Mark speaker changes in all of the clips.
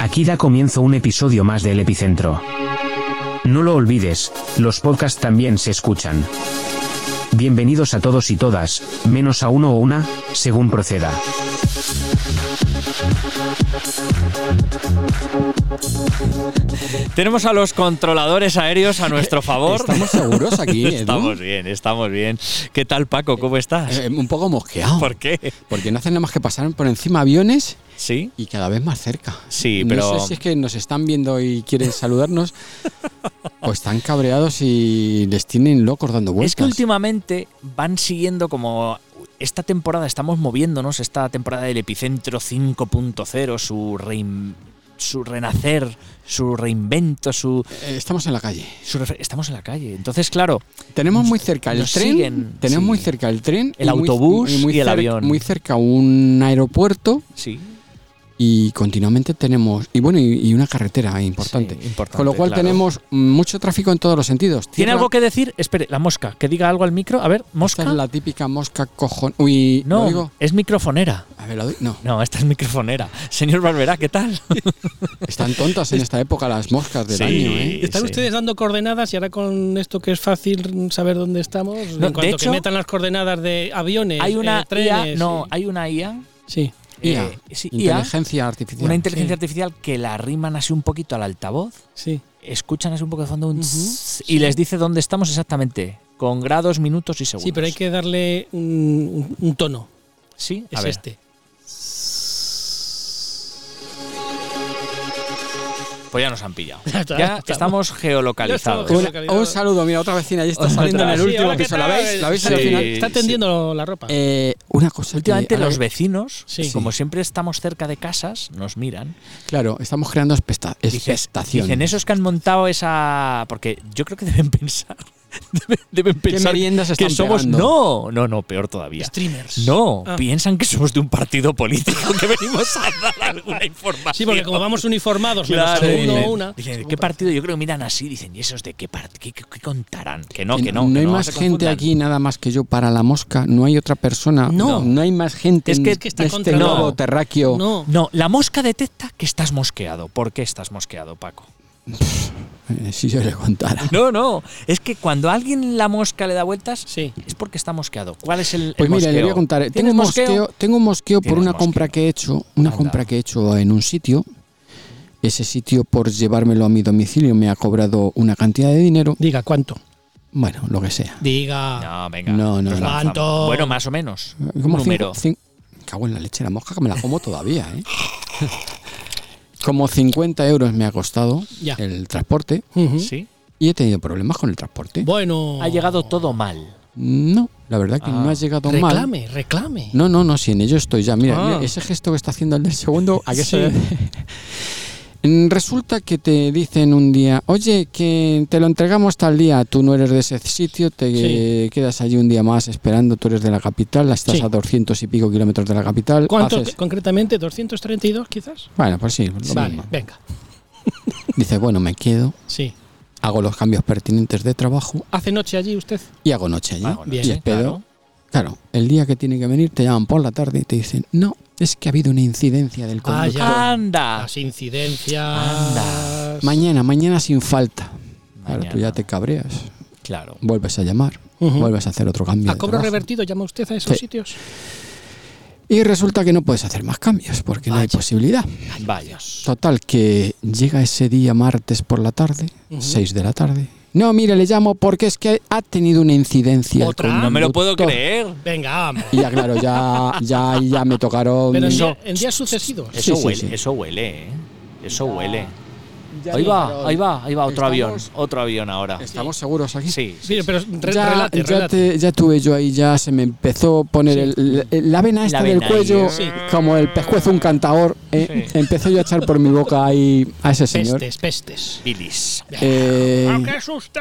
Speaker 1: Aquí da comienzo un episodio más del Epicentro. No lo olvides, los podcasts también se escuchan. Bienvenidos a todos y todas, menos a uno o una, según proceda.
Speaker 2: Tenemos a los controladores aéreos a nuestro favor.
Speaker 3: Estamos seguros aquí, Edu?
Speaker 2: Estamos bien, estamos bien. ¿Qué tal, Paco? ¿Cómo estás?
Speaker 3: Eh, un poco mosqueado.
Speaker 2: ¿Por qué?
Speaker 3: Porque no hacen nada más que pasar por encima aviones
Speaker 2: Sí,
Speaker 3: y cada vez más cerca.
Speaker 2: Sí,
Speaker 3: No
Speaker 2: pero-
Speaker 3: sé si es que nos están viendo y quieren saludarnos o están cabreados y les tienen locos dando vueltas.
Speaker 2: Es que últimamente van siguiendo como... Esta temporada estamos moviéndonos, esta temporada del Epicentro 5.0, su, rein- su renacer, su reinvento, su,
Speaker 3: Eh, Estamos en la calle.
Speaker 2: su refer- Estamos en la calle. Entonces, claro,
Speaker 3: Tenemos muy cerca el
Speaker 2: Nos
Speaker 3: tren,
Speaker 2: siguen,
Speaker 3: tenemos
Speaker 2: sí.
Speaker 3: muy cerca el tren,
Speaker 2: El
Speaker 3: y muy-
Speaker 2: autobús y el
Speaker 3: cerca-
Speaker 2: avión.
Speaker 3: muy cerca un aeropuerto
Speaker 2: sí.
Speaker 3: y continuamente tenemos y bueno y, y una carretera importante.
Speaker 2: Sí, importante,
Speaker 3: Con lo cual
Speaker 2: claro.
Speaker 3: tenemos mucho tráfico en todos los sentidos.
Speaker 2: ¿Tiene
Speaker 3: Tierra-
Speaker 2: algo que decir? Espere, la mosca, que diga algo al micro. A ver,
Speaker 3: Esta
Speaker 2: mosca.
Speaker 3: es la típica mosca cojón. Uy, ¿lo
Speaker 2: no,
Speaker 3: digo?
Speaker 2: es microfonera.
Speaker 3: A ver, lo doy- No.
Speaker 2: No, esta es microfonera. Señor Barberá, ¿qué tal?
Speaker 3: Están tontas en esta época las moscas del
Speaker 2: Sí.
Speaker 3: año, ¿eh?
Speaker 4: Están
Speaker 2: Sí.
Speaker 4: ustedes dando coordenadas y ahora con esto que es fácil saber dónde estamos,
Speaker 2: No, de
Speaker 4: en cuanto
Speaker 2: hecho,
Speaker 4: que metan las coordenadas de aviones,
Speaker 2: Hay una
Speaker 4: eh, trenes,
Speaker 2: IA, no,
Speaker 4: sí.
Speaker 2: hay una IA,
Speaker 4: sí.
Speaker 3: IA.
Speaker 2: eh, sí, IA,
Speaker 3: Inteligencia artificial.
Speaker 2: una inteligencia
Speaker 4: sí.
Speaker 2: artificial que la arriman así un poquito al altavoz,
Speaker 4: sí.
Speaker 2: escuchan así un poco de fondo un
Speaker 3: Ujú,
Speaker 2: tss, y les dice dónde estamos exactamente, con grados, minutos y segundos.
Speaker 4: Sí, pero hay que darle un, un tono.
Speaker 2: Sí, pues. a
Speaker 4: Es
Speaker 2: ver.
Speaker 4: este.
Speaker 2: Pues ya nos han pillado.
Speaker 4: Ya está,
Speaker 2: ya
Speaker 4: ya estamos.
Speaker 2: estamos geolocalizados.
Speaker 4: Ya
Speaker 3: Una-
Speaker 4: localidad.
Speaker 3: un saludo, mira, otra vecina ya está saliendo en el
Speaker 2: Sí,
Speaker 3: último
Speaker 4: hola, ¿qué
Speaker 3: piso. ¿La
Speaker 4: tal?
Speaker 3: veis? ¿La veis al
Speaker 2: Sí.
Speaker 3: final?
Speaker 4: Está tendiendo la ropa.
Speaker 3: Eh, una cosa. que-
Speaker 2: Últimamente
Speaker 3: a ver,
Speaker 2: los vecinos,
Speaker 4: Sí.
Speaker 2: como siempre estamos cerca de casas, nos miran.
Speaker 3: Claro, estamos creando espesta-
Speaker 2: Dicen-
Speaker 3: expectación.
Speaker 2: Dicen esos que han montado esa. Porque yo creo que deben pensar. Deben, deben
Speaker 3: ¿Qué
Speaker 2: pensar
Speaker 3: meriendas
Speaker 2: que
Speaker 3: están
Speaker 2: somos.
Speaker 3: pegando?
Speaker 2: No, no, no, peor todavía.
Speaker 4: Streamers.
Speaker 2: No,
Speaker 4: Ah.
Speaker 2: piensan que somos de un partido político que venimos a dar alguna información.
Speaker 4: Sí, porque como vamos uniformados,
Speaker 2: Claro,
Speaker 4: menos uno
Speaker 2: dicen-
Speaker 4: o una.
Speaker 2: dicen, ¿qué partido? Yo creo que miran así, dicen, ¿y esos de qué partido? ¿Qué, qué- qué contarán? Que no,
Speaker 3: Que
Speaker 2: que no.
Speaker 3: hay
Speaker 2: que no
Speaker 3: más
Speaker 2: se
Speaker 3: gente
Speaker 2: confundan.
Speaker 3: aquí nada más que yo para la mosca. No hay otra persona.
Speaker 2: No.
Speaker 3: No hay más gente
Speaker 2: Es
Speaker 3: en
Speaker 2: que-
Speaker 4: es que está
Speaker 3: de este
Speaker 4: controlado.
Speaker 3: globo terráqueo.
Speaker 4: No.
Speaker 2: No, la mosca detecta que estás mosqueado. ¿Por qué estás mosqueado, Paco?
Speaker 3: Eh, si yo le contara.
Speaker 2: No, no. Es que cuando a alguien la mosca le da vueltas,
Speaker 4: Sí.
Speaker 2: es porque está mosqueado. ¿Cuál es el, el
Speaker 3: Pues mira, le
Speaker 2: mosqueo?
Speaker 3: voy a contar. eh, Tengo
Speaker 2: ¿Tienes
Speaker 3: un mosqueo, tengo un mosqueo por
Speaker 2: Tienes
Speaker 3: una
Speaker 2: mosqueo.
Speaker 3: compra que he hecho, una
Speaker 2: Anda.
Speaker 3: compra que he hecho en un sitio. Ese sitio por llevármelo a mi domicilio me ha cobrado una cantidad de dinero,
Speaker 4: Diga, ¿cuánto?
Speaker 3: bueno, lo que sea.
Speaker 4: Diga.
Speaker 2: No, venga.
Speaker 3: No, no,
Speaker 2: nos
Speaker 3: no.
Speaker 2: lanzamos.
Speaker 4: ¿Cuánto?
Speaker 2: Bueno, más o menos.
Speaker 3: Como
Speaker 2: Un número.
Speaker 3: cinco- cin- cago en la leche, la mosca que me la como todavía, ¿eh? Como 50 euros me ha costado
Speaker 4: Ya.
Speaker 3: el transporte
Speaker 4: Ujú.
Speaker 2: ¿Sí?
Speaker 3: y he tenido problemas con el transporte.
Speaker 4: Bueno.
Speaker 2: Ha llegado todo mal.
Speaker 3: No, la verdad que
Speaker 2: Ah.
Speaker 3: no ha llegado mal.
Speaker 4: Reclame, reclame.
Speaker 3: No, no, no, si en ello estoy ya. Mira,
Speaker 4: Ah.
Speaker 3: mira, ese gesto que está haciendo el del segundo, ¿a qué se
Speaker 4: Sí.
Speaker 3: debe? Mm, Resulta que te dicen un día, oye, que te lo entregamos tal día, tú no eres de ese sitio, te
Speaker 4: Sí.
Speaker 3: quedas allí un día más esperando, tú eres de la capital, estás
Speaker 4: Sí.
Speaker 3: a 200 y pico kilómetros de la capital.
Speaker 4: ¿Cuánto
Speaker 3: haces-
Speaker 4: concretamente? ¿232 quizás?
Speaker 3: Bueno, pues sí, lo
Speaker 4: Vale,
Speaker 3: mismo.
Speaker 4: venga.
Speaker 3: Dices, bueno, me quedo,
Speaker 4: Sí.
Speaker 3: hago los cambios pertinentes de trabajo
Speaker 4: ¿Hace noche allí usted?
Speaker 3: y hago noche allí.
Speaker 2: Hago
Speaker 4: noche,
Speaker 3: y espero.
Speaker 2: claro.
Speaker 3: Claro, el día que tiene que venir te llaman por la tarde y te dicen, no, es que ha habido una incidencia del
Speaker 4: Ah,
Speaker 3: conductor.
Speaker 4: ya.
Speaker 2: Anda.
Speaker 4: Las incidencias.
Speaker 2: Anda.
Speaker 3: Mañana, mañana sin falta. Claro, tú
Speaker 2: Mañana.
Speaker 3: ya te cabreas.
Speaker 2: Claro.
Speaker 3: Vuelves a llamar,
Speaker 4: Ujú.
Speaker 3: vuelves a hacer otro cambio.
Speaker 4: ¿A
Speaker 3: de
Speaker 4: cobro
Speaker 3: trabajo.
Speaker 4: revertido llama usted a esos
Speaker 3: Sí.
Speaker 4: sitios?
Speaker 3: Y resulta que no puedes hacer más cambios porque no hay
Speaker 4: Vaya.
Speaker 3: posibilidad.
Speaker 2: Vaya.
Speaker 3: Total, que llega ese día martes por la tarde, 6 de la tarde. No, mire, le llamo porque es que ha tenido una incidencia. el
Speaker 4: ¿Otra?
Speaker 2: No me lo puedo
Speaker 3: conductor.
Speaker 2: creer.
Speaker 4: Venga, vamos.
Speaker 3: Y ya, claro, ya, ya, ya me tocaron.
Speaker 4: Pero en,
Speaker 3: Sí,
Speaker 4: día- en días sucesivos.
Speaker 3: Sí,
Speaker 2: Eso
Speaker 3: sí,
Speaker 2: huele,
Speaker 3: sí.
Speaker 2: eso huele, ¿eh? Eso huele.
Speaker 3: ya
Speaker 2: ahí
Speaker 3: no,
Speaker 2: va,
Speaker 3: pero
Speaker 2: ahí va, ahí va otro
Speaker 3: estamos-
Speaker 2: avión. Otro avión ahora.
Speaker 3: ¿Estamos seguros aquí?
Speaker 2: Sí. sí.
Speaker 4: Sí, pero re-
Speaker 3: ya,
Speaker 4: relate,
Speaker 3: ya
Speaker 4: relate.
Speaker 3: te- ya tuve yo ahí, ya se me empezó a poner el- el- la vena esta
Speaker 2: La
Speaker 3: del
Speaker 2: vena ahí,
Speaker 3: cuello,
Speaker 2: ¿eh?
Speaker 4: Sí.
Speaker 3: como el pescuezo un cantador. eh,
Speaker 2: Sí.
Speaker 3: Empecé yo a echar por mi boca ahí a ese señor.
Speaker 4: Pestes, pestes.
Speaker 2: Bilis.
Speaker 3: Eh,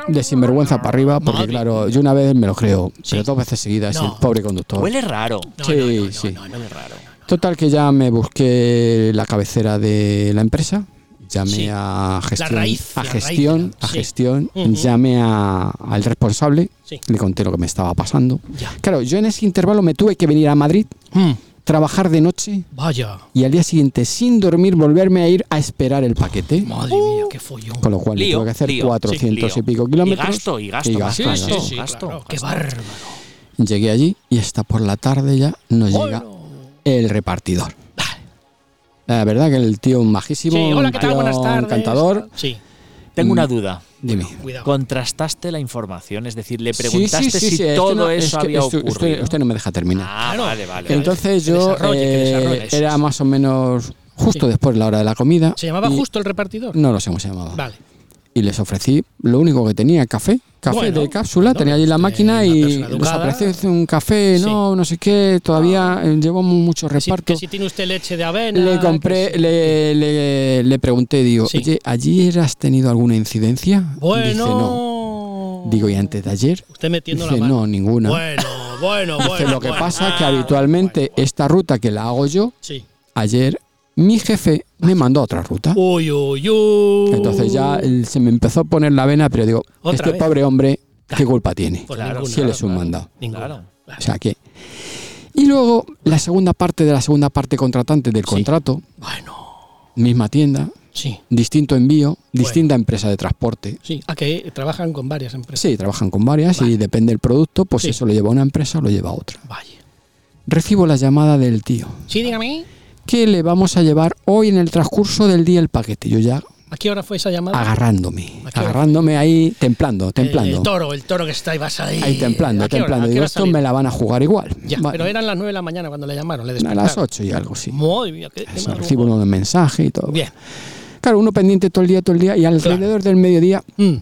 Speaker 3: de sinvergüenza para arriba, porque
Speaker 4: Madre
Speaker 3: claro, yo una vez me lo creo, pero dos veces seguidas,
Speaker 4: No.
Speaker 3: el pobre conductor.
Speaker 2: Huele raro.
Speaker 3: sí,
Speaker 4: no,
Speaker 3: sí.
Speaker 2: Huele raro.
Speaker 3: Total que ya me busqué la cabecera de la empresa, llamé
Speaker 4: Sí.
Speaker 3: a gestión,
Speaker 4: raíz,
Speaker 3: a
Speaker 4: la
Speaker 3: gestión,
Speaker 4: raíz,
Speaker 3: a
Speaker 4: sí.
Speaker 3: gestión,
Speaker 4: Ujú.
Speaker 3: llamé a- al responsable,
Speaker 4: Sí.
Speaker 3: le conté lo que me estaba pasando.
Speaker 4: Ya.
Speaker 3: Claro, yo en ese intervalo me tuve que venir a Madrid,
Speaker 4: Mm,
Speaker 3: trabajar de noche
Speaker 4: vaya.
Speaker 3: y al día siguiente, sin dormir, volverme a ir a esperar el paquete.
Speaker 4: Madre mía, qué follón.
Speaker 3: Con lo cual le
Speaker 2: Lío,
Speaker 3: tuve que hacer
Speaker 2: lío, sí,
Speaker 3: 400 y
Speaker 2: lío.
Speaker 3: pico
Speaker 2: Y
Speaker 3: kilómetros.
Speaker 2: gasto, y gasto.
Speaker 3: Y
Speaker 2: más
Speaker 3: gasto,
Speaker 2: gasto,
Speaker 3: sí,
Speaker 2: gasto,
Speaker 3: sí,
Speaker 2: gasto,
Speaker 4: claro, qué
Speaker 2: gasto.
Speaker 4: bárbaro.
Speaker 3: Llegué allí y hasta por la tarde ya nos llega
Speaker 4: Bueno.
Speaker 3: el repartidor. La verdad que el tío majísimo,
Speaker 4: Sí, hola,
Speaker 3: un
Speaker 4: ¿qué tal?
Speaker 3: tío
Speaker 4: Buenas tardes.
Speaker 3: encantador.
Speaker 4: Sí,
Speaker 2: Tengo
Speaker 3: Mm.
Speaker 2: una duda.
Speaker 3: Dime.
Speaker 4: cuidado.
Speaker 2: Contrastaste la información, es decir, le
Speaker 3: Sí,
Speaker 2: preguntaste
Speaker 3: sí, sí,
Speaker 2: si
Speaker 3: sí, es que
Speaker 2: todo
Speaker 3: no- es
Speaker 2: eso
Speaker 3: que
Speaker 2: había
Speaker 3: esto- usted-
Speaker 2: ocurrido.
Speaker 3: Usted, no me deja terminar.
Speaker 2: Ah,
Speaker 4: Claro.
Speaker 2: vale, vale. vale.
Speaker 3: Entonces
Speaker 4: que
Speaker 3: yo
Speaker 4: desarrolle, que
Speaker 3: eh,
Speaker 4: desarrolle, eso
Speaker 3: era
Speaker 4: es.
Speaker 3: más o menos justo
Speaker 4: Sí.
Speaker 3: después de la hora de la comida.
Speaker 4: ¿Se llamaba
Speaker 3: y-
Speaker 4: justo el repartidor?
Speaker 3: No lo sé cómo se llamaba.
Speaker 4: Vale.
Speaker 3: Y les ofrecí lo único que tenía, café. Café
Speaker 4: Bueno,
Speaker 3: de cápsula,
Speaker 4: bueno,
Speaker 3: tenía allí la
Speaker 4: eh,
Speaker 3: máquina
Speaker 4: una
Speaker 3: y
Speaker 4: persona
Speaker 3: les
Speaker 4: educada.
Speaker 3: ofrecí un café,
Speaker 4: Sí. Ah.
Speaker 3: no, no sé qué, todavía eh, llevo mucho
Speaker 4: Que si,
Speaker 3: reparto.
Speaker 4: que si tiene usted leche de avena.
Speaker 3: Le
Speaker 4: que
Speaker 3: compré,
Speaker 4: si-
Speaker 3: le, le- le pregunté, digo,
Speaker 4: Sí.
Speaker 3: oye, ¿ayer has tenido alguna incidencia? Dice, no.
Speaker 4: Bueno.
Speaker 3: Digo, ¿y antes de ayer?
Speaker 4: Usted metiendo
Speaker 3: Dice,
Speaker 4: la mano.
Speaker 3: no, ninguna.
Speaker 4: Bueno, bueno, bueno.
Speaker 3: Dice, lo que
Speaker 4: bueno.
Speaker 3: pasa que
Speaker 4: Ah,
Speaker 3: habitualmente
Speaker 4: bueno, bueno.
Speaker 3: esta ruta que la hago yo,
Speaker 4: Sí.
Speaker 3: ayer mi jefe
Speaker 4: Ah.
Speaker 3: me mandó otra ruta.
Speaker 4: Uy, uy, uy.
Speaker 3: Entonces ya él se me empezó a poner la vena, pero digo,
Speaker 4: Uh. Otra
Speaker 3: este
Speaker 4: vez.
Speaker 3: pobre hombre, ¿qué culpa tiene?
Speaker 4: Pues
Speaker 2: Claro,
Speaker 4: ninguna,
Speaker 3: si él es un
Speaker 4: claro.
Speaker 3: mandado.
Speaker 4: Ninguna. Ah,
Speaker 2: Claro.
Speaker 3: O sea que... Y luego la segunda parte de la segunda parte contratante del contrato,
Speaker 4: Bueno,
Speaker 3: misma tienda,
Speaker 4: sí.
Speaker 3: distinto envío, distinta empresa de transporte.
Speaker 4: Sí, a que trabajan con varias empresas.
Speaker 3: Sí, trabajan con varias y depende del producto, pues
Speaker 4: Sí.
Speaker 3: eso lo lleva una empresa o lo lleva otra.
Speaker 4: Vaya.
Speaker 3: Recibo la llamada del tío.
Speaker 4: Sí, dígame.
Speaker 3: ¿Qué le vamos a llevar hoy en el transcurso del día el paquete? Yo ya
Speaker 4: ¿A qué hora fue esa llamada?
Speaker 3: agarrándome,
Speaker 4: ¿A qué hora?
Speaker 3: agarrándome ahí, templando,
Speaker 4: El, el
Speaker 3: Ah, templando.
Speaker 4: toro, el toro que está ahí vas ahí.
Speaker 3: Ahí templando,
Speaker 4: ¿A qué hora?
Speaker 3: templando.
Speaker 4: ¿A qué
Speaker 3: Digo,
Speaker 4: hora
Speaker 3: esto
Speaker 4: salir?
Speaker 3: me la van a jugar igual.
Speaker 4: Ya,
Speaker 3: Va-
Speaker 4: pero eran las 9 de la mañana cuando le llamaron, le
Speaker 3: a
Speaker 4: despertaron.
Speaker 3: las 8 y algo, sí.
Speaker 4: Madre mía, qué
Speaker 3: Eso,
Speaker 4: tema.
Speaker 3: recibo un mensaje y todo.
Speaker 4: Bien.
Speaker 3: Claro, uno pendiente todo el día, todo el día, y alrededor del mediodía
Speaker 4: Mm.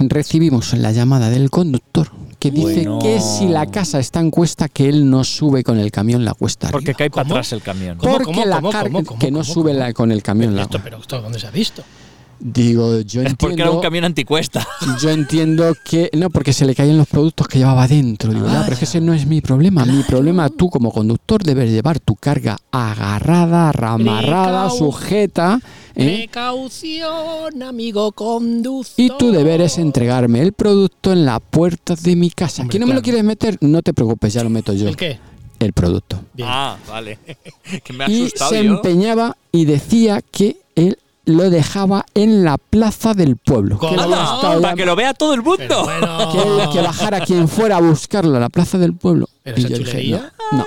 Speaker 3: recibimos la llamada del conductor que dice
Speaker 2: Bueno.
Speaker 3: que si la casa está en cuesta, que él no sube con el camión la cuesta. arriba.
Speaker 2: Porque cae para
Speaker 4: ¿Cómo?
Speaker 2: atrás el camión.
Speaker 4: ¿Cómo,
Speaker 3: Porque
Speaker 4: cómo,
Speaker 3: la
Speaker 4: cómo,
Speaker 3: carga
Speaker 4: cómo, cómo,
Speaker 3: que no
Speaker 4: cómo,
Speaker 3: sube
Speaker 4: cómo?
Speaker 3: la- con el camión la
Speaker 4: Esto, pero esto, ¿dónde se ha visto?
Speaker 3: Digo, yo
Speaker 2: Es porque era un
Speaker 3: entiendo,
Speaker 2: camión anticuesta.
Speaker 3: yo entiendo que no porque se le caían los productos que llevaba dentro.
Speaker 4: Ah,
Speaker 3: Digo, ya, pero es que ese no es mi problema. Mi problema tú como conductor debes llevar tu carga agarrada, ramarrada,
Speaker 4: Precau-
Speaker 3: sujeta, ¿eh?
Speaker 4: Precaución, amigo conductor.
Speaker 3: Y tu deber es entregarme el producto en la puerta de mi casa.
Speaker 4: Hombre,
Speaker 3: que no me lo
Speaker 4: claro.
Speaker 3: quieres meter, no te preocupes, ya lo meto yo.
Speaker 4: ¿El qué?
Speaker 3: El producto.
Speaker 4: Bien.
Speaker 2: Ah, vale. que me ha
Speaker 3: y
Speaker 2: asustado
Speaker 3: se
Speaker 2: yo.
Speaker 3: empeñaba y decía que él lo dejaba en la plaza del pueblo.
Speaker 4: Con-
Speaker 3: Que lo había
Speaker 4: ¡Hala!
Speaker 2: Anda,
Speaker 3: estado
Speaker 2: para que lo vea todo el mundo.
Speaker 4: Pero bueno.
Speaker 3: que, que bajara quien fuera a buscarlo a la plaza del pueblo.
Speaker 4: Ah. ¿Pero
Speaker 3: Y
Speaker 4: esa
Speaker 3: yo dije, no,
Speaker 4: chulería?
Speaker 3: no,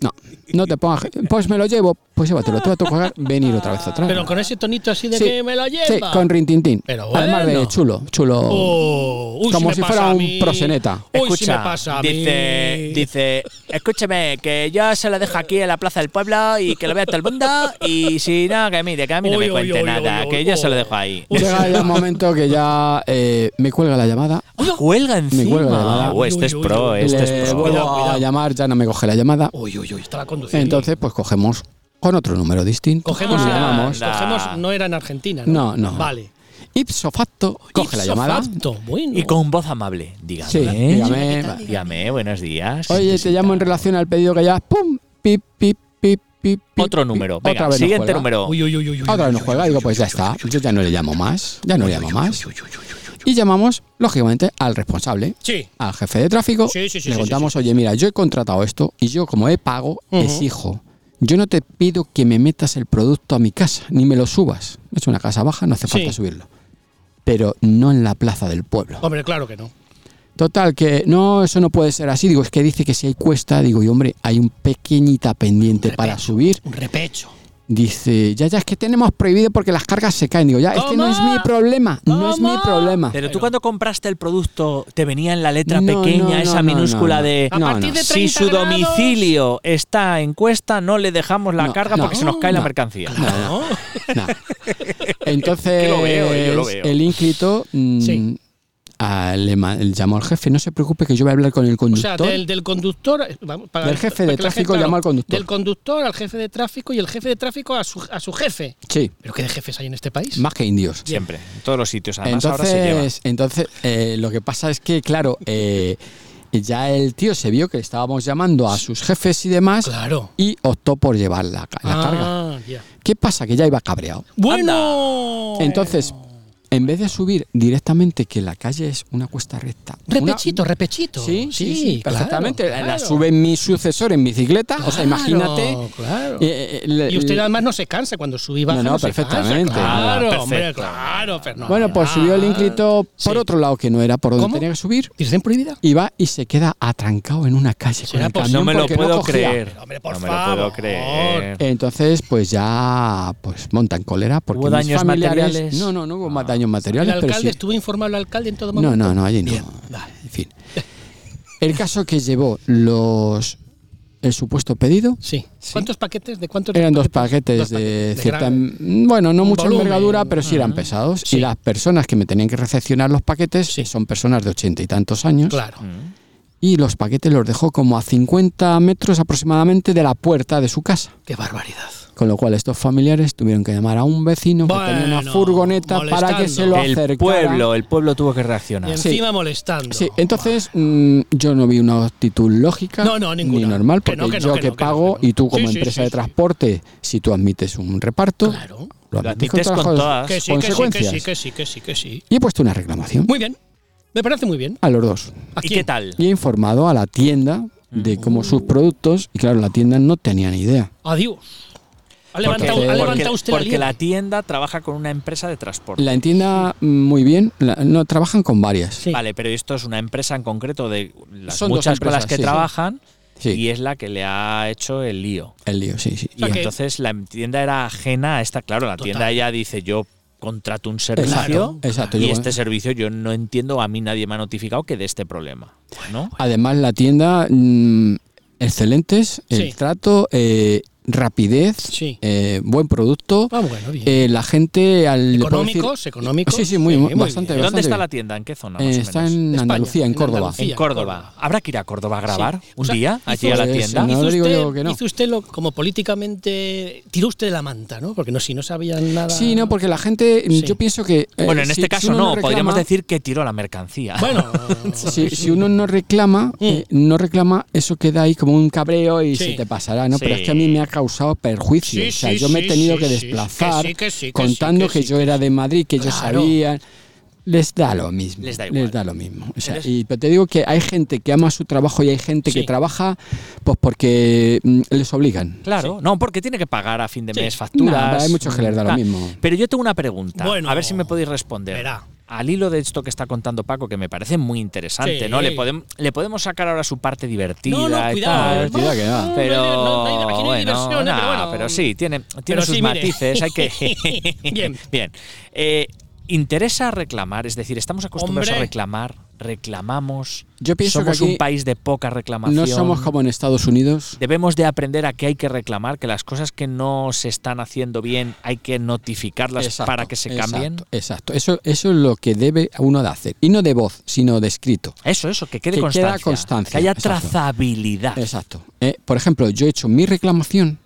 Speaker 3: no, no te pongas. Pues me lo llevo, pues llévatelo, te va a tocar venir otra vez atrás.
Speaker 4: Pero con ese tonito así de
Speaker 3: Sí,
Speaker 4: que me lo lleva.
Speaker 3: Sí, con rintintín.
Speaker 4: Pero
Speaker 3: Además de
Speaker 4: bueno.
Speaker 3: chulo, chulo.
Speaker 4: Oh, uy,
Speaker 3: Como
Speaker 4: me
Speaker 3: si
Speaker 4: pasa
Speaker 3: fuera
Speaker 4: a
Speaker 3: un
Speaker 4: mí.
Speaker 3: proseneta.
Speaker 4: Uy,
Speaker 2: Escucha,
Speaker 4: si me pasa a mí.
Speaker 2: dice, dice, escúchame, que yo se lo dejo aquí en la plaza del pueblo y que lo vea todo el mundo y si no, que mire, que a mí no me
Speaker 4: Uy, uy,
Speaker 2: cuente
Speaker 4: uy, uy,
Speaker 2: nada,
Speaker 4: uy,
Speaker 2: que yo se lo
Speaker 4: uy.
Speaker 2: dejo ahí.
Speaker 4: Uy,
Speaker 3: Llega ya un momento que ya eh, me cuelga la llamada.
Speaker 2: Cuelga
Speaker 3: cuelga la llamada.
Speaker 2: encima. Uy, este
Speaker 4: Uy,
Speaker 2: es
Speaker 4: uy,
Speaker 2: pro,
Speaker 4: uy,
Speaker 2: este
Speaker 3: le
Speaker 2: es pro.
Speaker 3: vuelvo
Speaker 4: Cuidado,
Speaker 3: a
Speaker 4: cuidado. Oh,
Speaker 3: llamar, ya no me coge la llamada.
Speaker 4: Uy, uy, uy, estaba conduciendo.
Speaker 3: Entonces, pues cogemos con otro número distinto.
Speaker 4: Cogemos,
Speaker 3: y
Speaker 2: Ah,
Speaker 4: la-
Speaker 3: llamamos.
Speaker 2: la-
Speaker 4: cogemos- no era en Argentina, ¿no?
Speaker 3: No, no.
Speaker 4: Vale.
Speaker 3: Ipso facto, coge la
Speaker 4: Ipso
Speaker 3: llamada.
Speaker 4: facto, bueno.
Speaker 2: Y con voz amable, dígame.
Speaker 3: Sí, dígame.
Speaker 2: Dígame, buenos días. Este
Speaker 3: Oye, te llamo en relación al pedido que ya. ¡Pum! Pip, pip, pip, pip, pip.
Speaker 2: Otro número,
Speaker 3: Otra
Speaker 2: venga,
Speaker 3: vez nos
Speaker 2: siguiente
Speaker 3: cuelga.
Speaker 2: número.
Speaker 4: Uy, uy, uy, uy, uy,
Speaker 3: Otra vez
Speaker 4: uy,
Speaker 3: nos
Speaker 4: uy,
Speaker 3: juega,
Speaker 4: uy,
Speaker 3: digo,
Speaker 4: uy,
Speaker 3: pues ya
Speaker 4: uy,
Speaker 3: está.
Speaker 4: uy, uy,
Speaker 3: Yo ya no le llamo más. Ya no le llamo más.
Speaker 4: uy, uy, uy, uy, uy.
Speaker 3: Y llamamos, lógicamente, al responsable,
Speaker 4: Sí.
Speaker 3: al jefe de tráfico.
Speaker 4: Sí, sí, sí,
Speaker 3: le
Speaker 4: sí,
Speaker 3: contamos, oye, mira, yo he contratado esto y yo, como he pago, exijo. Yo no te pido que me metas el producto a mi casa, ni me lo subas. Es una casa baja, no hace falta
Speaker 4: Sí.
Speaker 3: subirlo. Pero no en la plaza del pueblo.
Speaker 4: Hombre, claro que no.
Speaker 3: Total, que no, eso no puede ser así. Digo, es que dice que si hay cuesta, digo, y hombre, hay un pequeñita pendiente para subir.
Speaker 4: Un repecho.
Speaker 3: Dice, ya, ya, es que tenemos prohibido porque las cargas se caen. Digo, ya, es que no es mi
Speaker 4: ¿Cómo?
Speaker 3: problema, no es mi
Speaker 4: ¿Cómo?
Speaker 3: problema.
Speaker 2: Pero tú cuando compraste el producto, ¿te venía en la letra
Speaker 3: No,
Speaker 2: pequeña,
Speaker 3: no, no,
Speaker 2: esa
Speaker 3: no,
Speaker 2: minúscula
Speaker 3: no, no.
Speaker 2: de...
Speaker 3: A partir de
Speaker 2: Si su domicilio está en cuesta, no le dejamos la
Speaker 3: No,
Speaker 2: carga
Speaker 3: no,
Speaker 2: porque se nos cae la
Speaker 3: no.
Speaker 2: mercancía.
Speaker 3: No, no,
Speaker 4: ¿no?
Speaker 3: no. Entonces,
Speaker 2: Que lo veo, eh, yo lo veo.
Speaker 3: el ínclito mm,
Speaker 4: Sí.
Speaker 3: a- le ma- le llamó al jefe, no se preocupe que yo voy a hablar con el
Speaker 4: O
Speaker 3: conductor.
Speaker 4: sea, del, del conductor. eh, vamos, para-
Speaker 3: Del jefe
Speaker 4: para
Speaker 3: de
Speaker 4: que la
Speaker 3: tráfico llamó al conductor.
Speaker 4: Del conductor al jefe de tráfico y el jefe de tráfico a su, a su jefe.
Speaker 3: Sí,
Speaker 4: ¿Pero qué de jefes hay en este país?
Speaker 3: más que indios.
Speaker 2: Siempre, en todos los sitios. Además, ahora se lleva.
Speaker 3: Entonces, entonces eh, lo que pasa es que, claro, eh, que ya el tío se vio que le estábamos llamando a sus jefes y demás
Speaker 4: Claro.
Speaker 3: y optó por llevar la, ca- la carga.
Speaker 4: Ah, ya.
Speaker 3: ¿Qué pasa? Que ya iba cabreado.
Speaker 4: Bueno.
Speaker 3: Entonces, en vez de subir directamente, que la calle es una cuesta recta. una-
Speaker 4: repechito, repechito.
Speaker 3: Sí, sí, sí,
Speaker 4: claro,
Speaker 3: perfectamente. La- La
Speaker 4: claro.
Speaker 3: sube mi sucesor en bicicleta. o sea, imagínate.
Speaker 4: Claro, claro.
Speaker 3: eh, eh, le-
Speaker 4: Y usted además no se cansa cuando sube y baja.
Speaker 3: No, no,
Speaker 4: se cansa,
Speaker 3: perfectamente.
Speaker 4: Claro,
Speaker 2: Nada,
Speaker 4: hombre,
Speaker 2: perfecto.
Speaker 4: claro, Fernando.
Speaker 3: Bueno, pues subió el ínclito por
Speaker 4: Sí.
Speaker 3: otro lado que no era por donde
Speaker 4: ¿Cómo?
Speaker 3: tenía que subir.
Speaker 4: ¿Dicen prohibida?
Speaker 3: Y va y se queda atrancado en una calle con
Speaker 4: ¿Será
Speaker 3: el
Speaker 4: posible?
Speaker 3: camión
Speaker 2: No me lo
Speaker 3: porque no
Speaker 2: puedo
Speaker 3: cogía.
Speaker 2: creer.
Speaker 4: Hombre, por
Speaker 2: no me lo puedo
Speaker 4: favor.
Speaker 2: creer.
Speaker 3: Entonces, pues ya pues montan cólera porque
Speaker 2: ¿Hubo
Speaker 3: mis
Speaker 2: daños
Speaker 3: familiares-
Speaker 2: materiales?
Speaker 3: No, no, no hubo más
Speaker 2: Ah.
Speaker 3: daños
Speaker 4: El
Speaker 3: materiales, pero
Speaker 4: alcalde
Speaker 3: sí-
Speaker 4: estuvo informado al alcalde en todo
Speaker 3: No,
Speaker 4: momento.
Speaker 3: no, no, allí no.
Speaker 4: Bien, vale.
Speaker 3: En fin. El caso que llevó los el supuesto pedido
Speaker 4: Sí. ¿Cuántos paquetes? ¿De cuántos?
Speaker 3: eran dos
Speaker 4: paquetes?
Speaker 3: paquetes
Speaker 4: Dos
Speaker 3: de
Speaker 4: paquetes de
Speaker 3: cierta,
Speaker 4: gran-
Speaker 3: bueno, no mucha
Speaker 4: volumen.
Speaker 3: envergadura, pero sí eran
Speaker 4: Ajá.
Speaker 3: pesados.
Speaker 4: Sí.
Speaker 3: Y las personas que me tenían que recepcionar los paquetes
Speaker 4: Sí.
Speaker 3: son personas de ochenta y tantos años.
Speaker 4: Claro.
Speaker 2: Mm.
Speaker 3: Y los paquetes los dejó como a 50 metros aproximadamente de la puerta de su casa.
Speaker 4: Qué barbaridad.
Speaker 3: Con lo cual estos familiares tuvieron que llamar a un vecino que tenía una
Speaker 4: Bueno,
Speaker 3: furgoneta para que se lo
Speaker 4: molestando.
Speaker 3: acercara.
Speaker 2: El pueblo, el pueblo tuvo que reaccionar.
Speaker 4: Y
Speaker 3: Sí.
Speaker 4: encima molestando.
Speaker 3: Sí, entonces mm, yo no vi una actitud lógica
Speaker 4: No, no,
Speaker 3: ni
Speaker 4: ninguna.
Speaker 3: normal,
Speaker 4: Que
Speaker 3: porque
Speaker 4: no, que no,
Speaker 3: yo
Speaker 4: que
Speaker 3: que,
Speaker 4: no, que no,
Speaker 3: pago
Speaker 4: que no.
Speaker 3: y tú como
Speaker 4: Sí, sí,
Speaker 3: empresa
Speaker 4: sí,
Speaker 3: de
Speaker 4: sí.
Speaker 3: transporte, si tú admites un reparto,
Speaker 4: Claro.
Speaker 3: lo
Speaker 2: Lo
Speaker 3: admites con,
Speaker 2: admites
Speaker 3: todas
Speaker 2: con
Speaker 3: las
Speaker 2: todas.
Speaker 4: Que sí, que sí, que
Speaker 3: consecuencias.
Speaker 4: sí, que sí, que sí, que sí.
Speaker 3: Y he puesto una reclamación
Speaker 4: Muy bien. Me parece muy bien.
Speaker 3: a los dos.
Speaker 4: ¿A
Speaker 2: ¿Y
Speaker 4: quién?
Speaker 2: qué tal?
Speaker 3: Y he informado a la tienda
Speaker 2: Mm.
Speaker 3: de cómo sus productos, y claro, la tienda no tenía ni idea.
Speaker 4: Adiós. Ha levantado,
Speaker 3: Porque-
Speaker 4: ha levantado
Speaker 2: porque-
Speaker 4: usted
Speaker 2: porque
Speaker 4: la,
Speaker 2: la tienda trabaja con una empresa de transporte.
Speaker 3: La tienda mm, muy bien, la- no trabajan con varias.
Speaker 4: Sí.
Speaker 2: Vale, pero esto es una empresa en concreto de las
Speaker 3: Son dos
Speaker 2: muchas con las
Speaker 3: empresas,
Speaker 2: que
Speaker 3: sí, sí.
Speaker 2: trabajan
Speaker 3: Sí,
Speaker 2: y es la que le ha hecho el lío.
Speaker 3: el lío, sí, sí.
Speaker 2: Y
Speaker 4: sea que-
Speaker 2: entonces la tienda era ajena a esta, claro, la
Speaker 4: Total.
Speaker 2: tienda ya dice yo contrato un servicio
Speaker 3: Exacto, exacto.
Speaker 2: y
Speaker 3: Yo- ¿eh?
Speaker 2: este servicio yo no entiendo, a mí nadie me ha notificado que de este problema, ¿no?
Speaker 3: Además, la tienda, mm, excelentes, el
Speaker 4: Sí.
Speaker 3: trato, eh, rapidez,
Speaker 4: Sí.
Speaker 3: eh, buen producto.
Speaker 4: Ah, bueno, bien.
Speaker 3: Eh, la gente al. le puedo decir-
Speaker 4: económicos, económicos.
Speaker 3: Sí, sí, muy, bastante,
Speaker 2: ¿Dónde
Speaker 4: bien.
Speaker 3: bastante
Speaker 2: está
Speaker 3: bien.
Speaker 2: la tienda? ¿En qué zona?
Speaker 3: Eh,
Speaker 2: más o
Speaker 3: está
Speaker 2: menos?
Speaker 3: en
Speaker 4: España,
Speaker 3: Andalucía, en
Speaker 4: en
Speaker 3: Córdoba.
Speaker 4: Andalucía.
Speaker 2: En Córdoba.
Speaker 4: Córdoba.
Speaker 2: ¿Habrá que ir a Córdoba a grabar
Speaker 4: Sí.
Speaker 2: un
Speaker 4: O sea,
Speaker 2: día
Speaker 4: hizo-
Speaker 2: allí a la
Speaker 3: Pues,
Speaker 2: tienda?
Speaker 3: no,
Speaker 4: Hizo
Speaker 3: le digo
Speaker 4: usted,
Speaker 3: yo que no.
Speaker 4: hizo usted lo, como políticamente tiró usted de la manta, ¿no? Porque no si no sabían nada.
Speaker 3: Sí, no, porque la gente. mm,
Speaker 4: Sí.
Speaker 3: Yo pienso que. eh,
Speaker 2: Bueno, en
Speaker 3: si-
Speaker 2: este
Speaker 3: si
Speaker 2: caso
Speaker 3: uno
Speaker 2: no,
Speaker 3: reclama-
Speaker 2: podríamos decir que tiró la mercancía.
Speaker 4: Bueno,
Speaker 3: Si, si uno no reclama, eh, no reclama, eso queda ahí como un cabreo y
Speaker 4: Mm. Sí.
Speaker 3: se te pasará, ¿no? Pero
Speaker 2: Sí.
Speaker 3: es que a mí me ha causado perjuicio.
Speaker 4: Sí,
Speaker 3: o sea,
Speaker 4: sí,
Speaker 3: yo me he
Speaker 4: sí,
Speaker 3: tenido
Speaker 4: sí,
Speaker 3: que
Speaker 4: sí, sí,
Speaker 3: desplazar
Speaker 4: que sí, que sí, que
Speaker 3: contando
Speaker 4: sí, que
Speaker 3: que
Speaker 4: sí,
Speaker 3: yo era de Madrid, que ellos
Speaker 4: Claro.
Speaker 3: sabían. Les da lo mismo.
Speaker 2: Les da igual.
Speaker 3: lo mismo. O sea,
Speaker 2: Eres-
Speaker 3: y, pero te digo que hay gente que ama su trabajo y hay gente
Speaker 4: Sí.
Speaker 3: que trabaja pues porque mm, les obligan.
Speaker 2: Claro, no, porque tiene que pagar a fin de
Speaker 4: Sí.
Speaker 2: mes facturas.
Speaker 3: Nada, hay muchos que les da lo
Speaker 2: Ah,
Speaker 3: mismo.
Speaker 2: Pero yo tengo una pregunta,
Speaker 4: Bueno,
Speaker 2: a ver si me podéis responder.
Speaker 4: verá.
Speaker 2: Al hilo de esto que está contando Paco, que me parece muy interesante,
Speaker 4: Sí.
Speaker 2: ¿no? Le, podem- le podemos sacar ahora su parte divertida
Speaker 4: no, no,
Speaker 2: y
Speaker 4: cuidado.
Speaker 2: tal.
Speaker 3: divertida
Speaker 4: no,
Speaker 3: que va.
Speaker 4: no,
Speaker 2: Pero,
Speaker 4: no, no, no, aquí no hay
Speaker 2: bueno,
Speaker 4: diversión, eh,
Speaker 2: nah,
Speaker 4: pero bueno.
Speaker 2: pero sí, tiene, tiene
Speaker 4: Pero
Speaker 2: sus
Speaker 4: sí, mire.
Speaker 2: matices. Hay que.
Speaker 4: Bien.
Speaker 2: Bien. Eh, ¿Interesa reclamar? Es decir, estamos acostumbrados a
Speaker 4: Hombre.
Speaker 2: reclamar, reclamamos.
Speaker 3: Yo pienso
Speaker 2: somos
Speaker 3: que aquí
Speaker 2: un país de poca reclamación.
Speaker 3: no somos como en Estados Unidos.
Speaker 2: Debemos de aprender a que hay que reclamar, que las cosas que no se están haciendo bien hay que notificarlas
Speaker 3: Exacto,
Speaker 2: para que se
Speaker 3: exacto,
Speaker 2: cambien.
Speaker 3: Exacto. Eso, eso es lo que debe uno de hacer. Y no de voz, sino de escrito.
Speaker 2: Eso, eso, que quede
Speaker 3: Que
Speaker 2: constancia.
Speaker 3: queda constancia,
Speaker 2: Que haya
Speaker 3: exacto.
Speaker 2: trazabilidad.
Speaker 3: Exacto. Eh, por ejemplo, yo he hecho mi reclamación,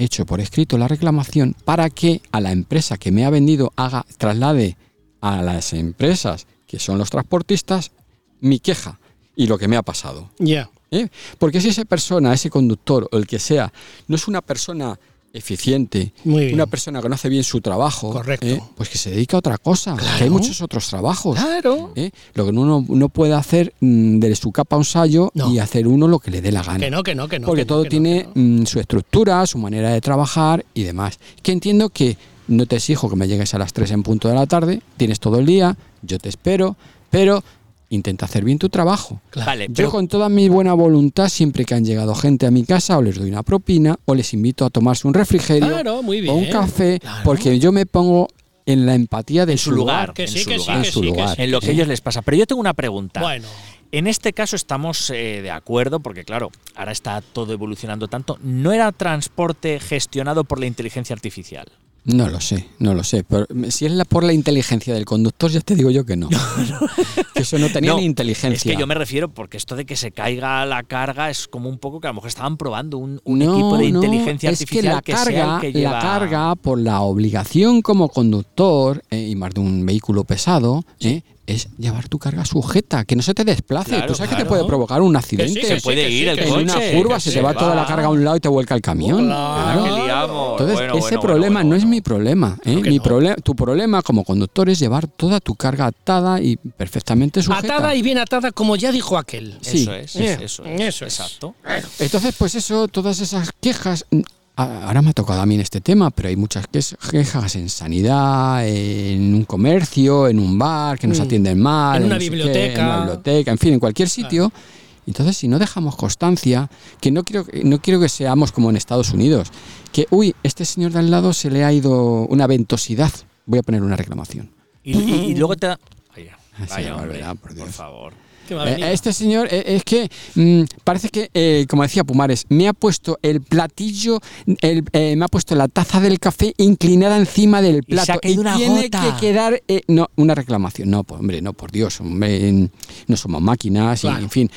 Speaker 3: he hecho por escrito la reclamación para que a la empresa que me ha vendido haga, traslade a las empresas que son los transportistas mi queja y lo que me ha pasado.
Speaker 4: Ya.
Speaker 3: ¿eh? Porque si esa persona, ese conductor o el que sea, no es una persona eficiente,
Speaker 4: Muy bien.
Speaker 3: una persona que no hace bien su trabajo,
Speaker 4: Correcto.
Speaker 3: ¿eh? pues que se dedica a otra cosa, que hay muchos otros trabajos.
Speaker 4: Claro.
Speaker 3: ¿eh? Lo que uno no puede hacer mm, de su capa a un sayo
Speaker 4: No.
Speaker 3: y hacer uno lo que le dé la gana.
Speaker 4: Que no, que no, que no.
Speaker 3: Porque
Speaker 4: que no,
Speaker 3: todo
Speaker 4: que no,
Speaker 3: tiene
Speaker 4: que no.
Speaker 3: mm, su estructura, su manera de trabajar y demás. Que entiendo que no te exijo que me llegues a las 3 en punto de la tarde, tienes todo el día, yo te espero, pero intenta hacer bien tu trabajo.
Speaker 2: Vale,
Speaker 3: Yo
Speaker 2: pero
Speaker 3: con toda mi buena voluntad, siempre que han llegado gente a mi casa, o les doy una propina, o les invito a tomarse un refrigerio
Speaker 4: Claro, muy bien.
Speaker 3: o un café,
Speaker 4: Claro.
Speaker 3: porque yo me pongo en la empatía de
Speaker 2: su lugar,
Speaker 4: Que
Speaker 2: en
Speaker 4: sí,
Speaker 2: su
Speaker 4: que sí,
Speaker 2: lugar,
Speaker 4: que
Speaker 3: en su
Speaker 4: sí, que
Speaker 3: lugar.
Speaker 4: sí.
Speaker 2: en lo que a
Speaker 3: ¿eh?
Speaker 2: ellos les pasa. Pero yo tengo una pregunta.
Speaker 4: Bueno,
Speaker 2: En este caso estamos eh, de acuerdo, porque claro, ahora está todo evolucionando tanto. No era transporte gestionado por la inteligencia artificial.
Speaker 3: No lo sé, no lo sé. Pero si es la, por la inteligencia del conductor, ya te digo yo que no. que eso no tenía
Speaker 2: No,
Speaker 3: ni inteligencia.
Speaker 2: Es que yo me refiero, porque esto de que se caiga la carga es como un poco que a lo mejor estaban probando un, un
Speaker 3: No,
Speaker 2: equipo de
Speaker 3: no,
Speaker 2: inteligencia
Speaker 3: es que
Speaker 2: artificial
Speaker 3: la
Speaker 2: que, sea
Speaker 3: carga,
Speaker 2: el que lleva.
Speaker 3: la carga por la obligación como conductor eh, y más de un vehículo pesado eh, es llevar tu carga sujeta, que no se te desplace.
Speaker 2: Claro,
Speaker 3: Tú sabes que te
Speaker 2: claro.
Speaker 3: puede provocar un accidente.
Speaker 4: que
Speaker 2: Se puede
Speaker 4: que
Speaker 2: ir el
Speaker 4: que
Speaker 3: en
Speaker 2: coche,
Speaker 3: una
Speaker 2: que Ah,
Speaker 3: curva se te va toda la carga a un lado y te vuelca el camión. Claro.
Speaker 4: Claro.
Speaker 2: Que liamos.
Speaker 3: Entonces,
Speaker 2: Bueno, bueno,
Speaker 3: ese
Speaker 2: bueno,
Speaker 3: problema
Speaker 2: bueno,
Speaker 3: no es
Speaker 2: bueno.
Speaker 3: mi problema. ¿eh?
Speaker 4: que
Speaker 3: Mi
Speaker 4: no.
Speaker 3: prole- tu problema como conductor es llevar toda tu carga atada y perfectamente sujeta.
Speaker 4: Atada y bien atada, como ya dijo aquel.
Speaker 3: Sí.
Speaker 2: Eso es,
Speaker 4: Eh,
Speaker 2: eso es.
Speaker 4: eso es.
Speaker 2: Exacto.
Speaker 3: Entonces, pues eso, todas esas quejas. mm, a- Ahora me ha tocado a mí en este tema, pero hay muchas ques- quejas en sanidad, en un comercio, en un bar, que nos
Speaker 4: Mm.
Speaker 3: atienden mal,
Speaker 4: En una
Speaker 3: no sé qué,
Speaker 4: biblioteca.
Speaker 3: en una biblioteca, en fin, en cualquier sitio. Entonces, si no dejamos constancia, que no quiero, no quiero que seamos como en Estados Unidos, que, uy, este señor de al lado se le ha ido una ventosidad, voy a poner una reclamación.
Speaker 2: Y, y- y luego te. da- Vaya,
Speaker 3: Sí,
Speaker 2: vaya, hombre,
Speaker 3: Barberá, por
Speaker 2: por,
Speaker 3: Dios.
Speaker 2: favor.
Speaker 4: Que va a
Speaker 3: Eh,
Speaker 4: venir.
Speaker 3: este señor eh, es que mm, parece que, eh, como decía Pumares, me ha puesto el platillo, el, eh, me ha puesto la taza del café inclinada encima del
Speaker 2: Y se ha
Speaker 3: plato
Speaker 2: caído una
Speaker 3: tiene
Speaker 2: gota.
Speaker 3: que quedar eh, no una reclamación. No, pues, hombre, no por Dios, hombre, en- no somos máquinas, y,
Speaker 4: Claro.
Speaker 3: en fin.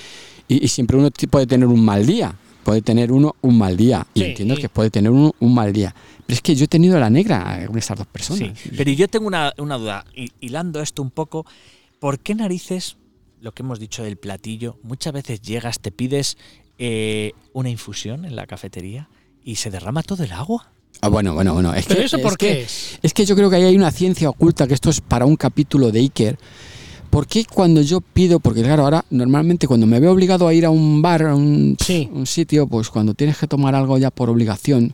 Speaker 3: Y, y siempre uno ti- puede tener un mal día, puede tener uno un mal día.
Speaker 4: Sí,
Speaker 3: y entiendo
Speaker 4: sí.
Speaker 3: que puede tener uno un mal día. Pero es que yo he tenido la negra con estas dos personas.
Speaker 2: Sí, Pero yo tengo una, una duda, hi- hilando esto un poco, ¿por qué narices, lo que hemos dicho del platillo, muchas veces llegas, te pides eh, una infusión en la cafetería y se derrama todo el agua?
Speaker 3: Ah, bueno, bueno, bueno. Es
Speaker 4: ¿Pero
Speaker 3: que,
Speaker 4: eso
Speaker 3: es
Speaker 4: por
Speaker 3: que-
Speaker 4: qué es?
Speaker 3: Es que yo creo que ahí hay una ciencia oculta, que esto es para un capítulo de Iker. ¿Por qué cuando yo pido, porque claro, ahora normalmente cuando me veo obligado a ir a un bar, a un,
Speaker 4: Sí.
Speaker 3: un sitio, pues cuando tienes que tomar algo ya por obligación,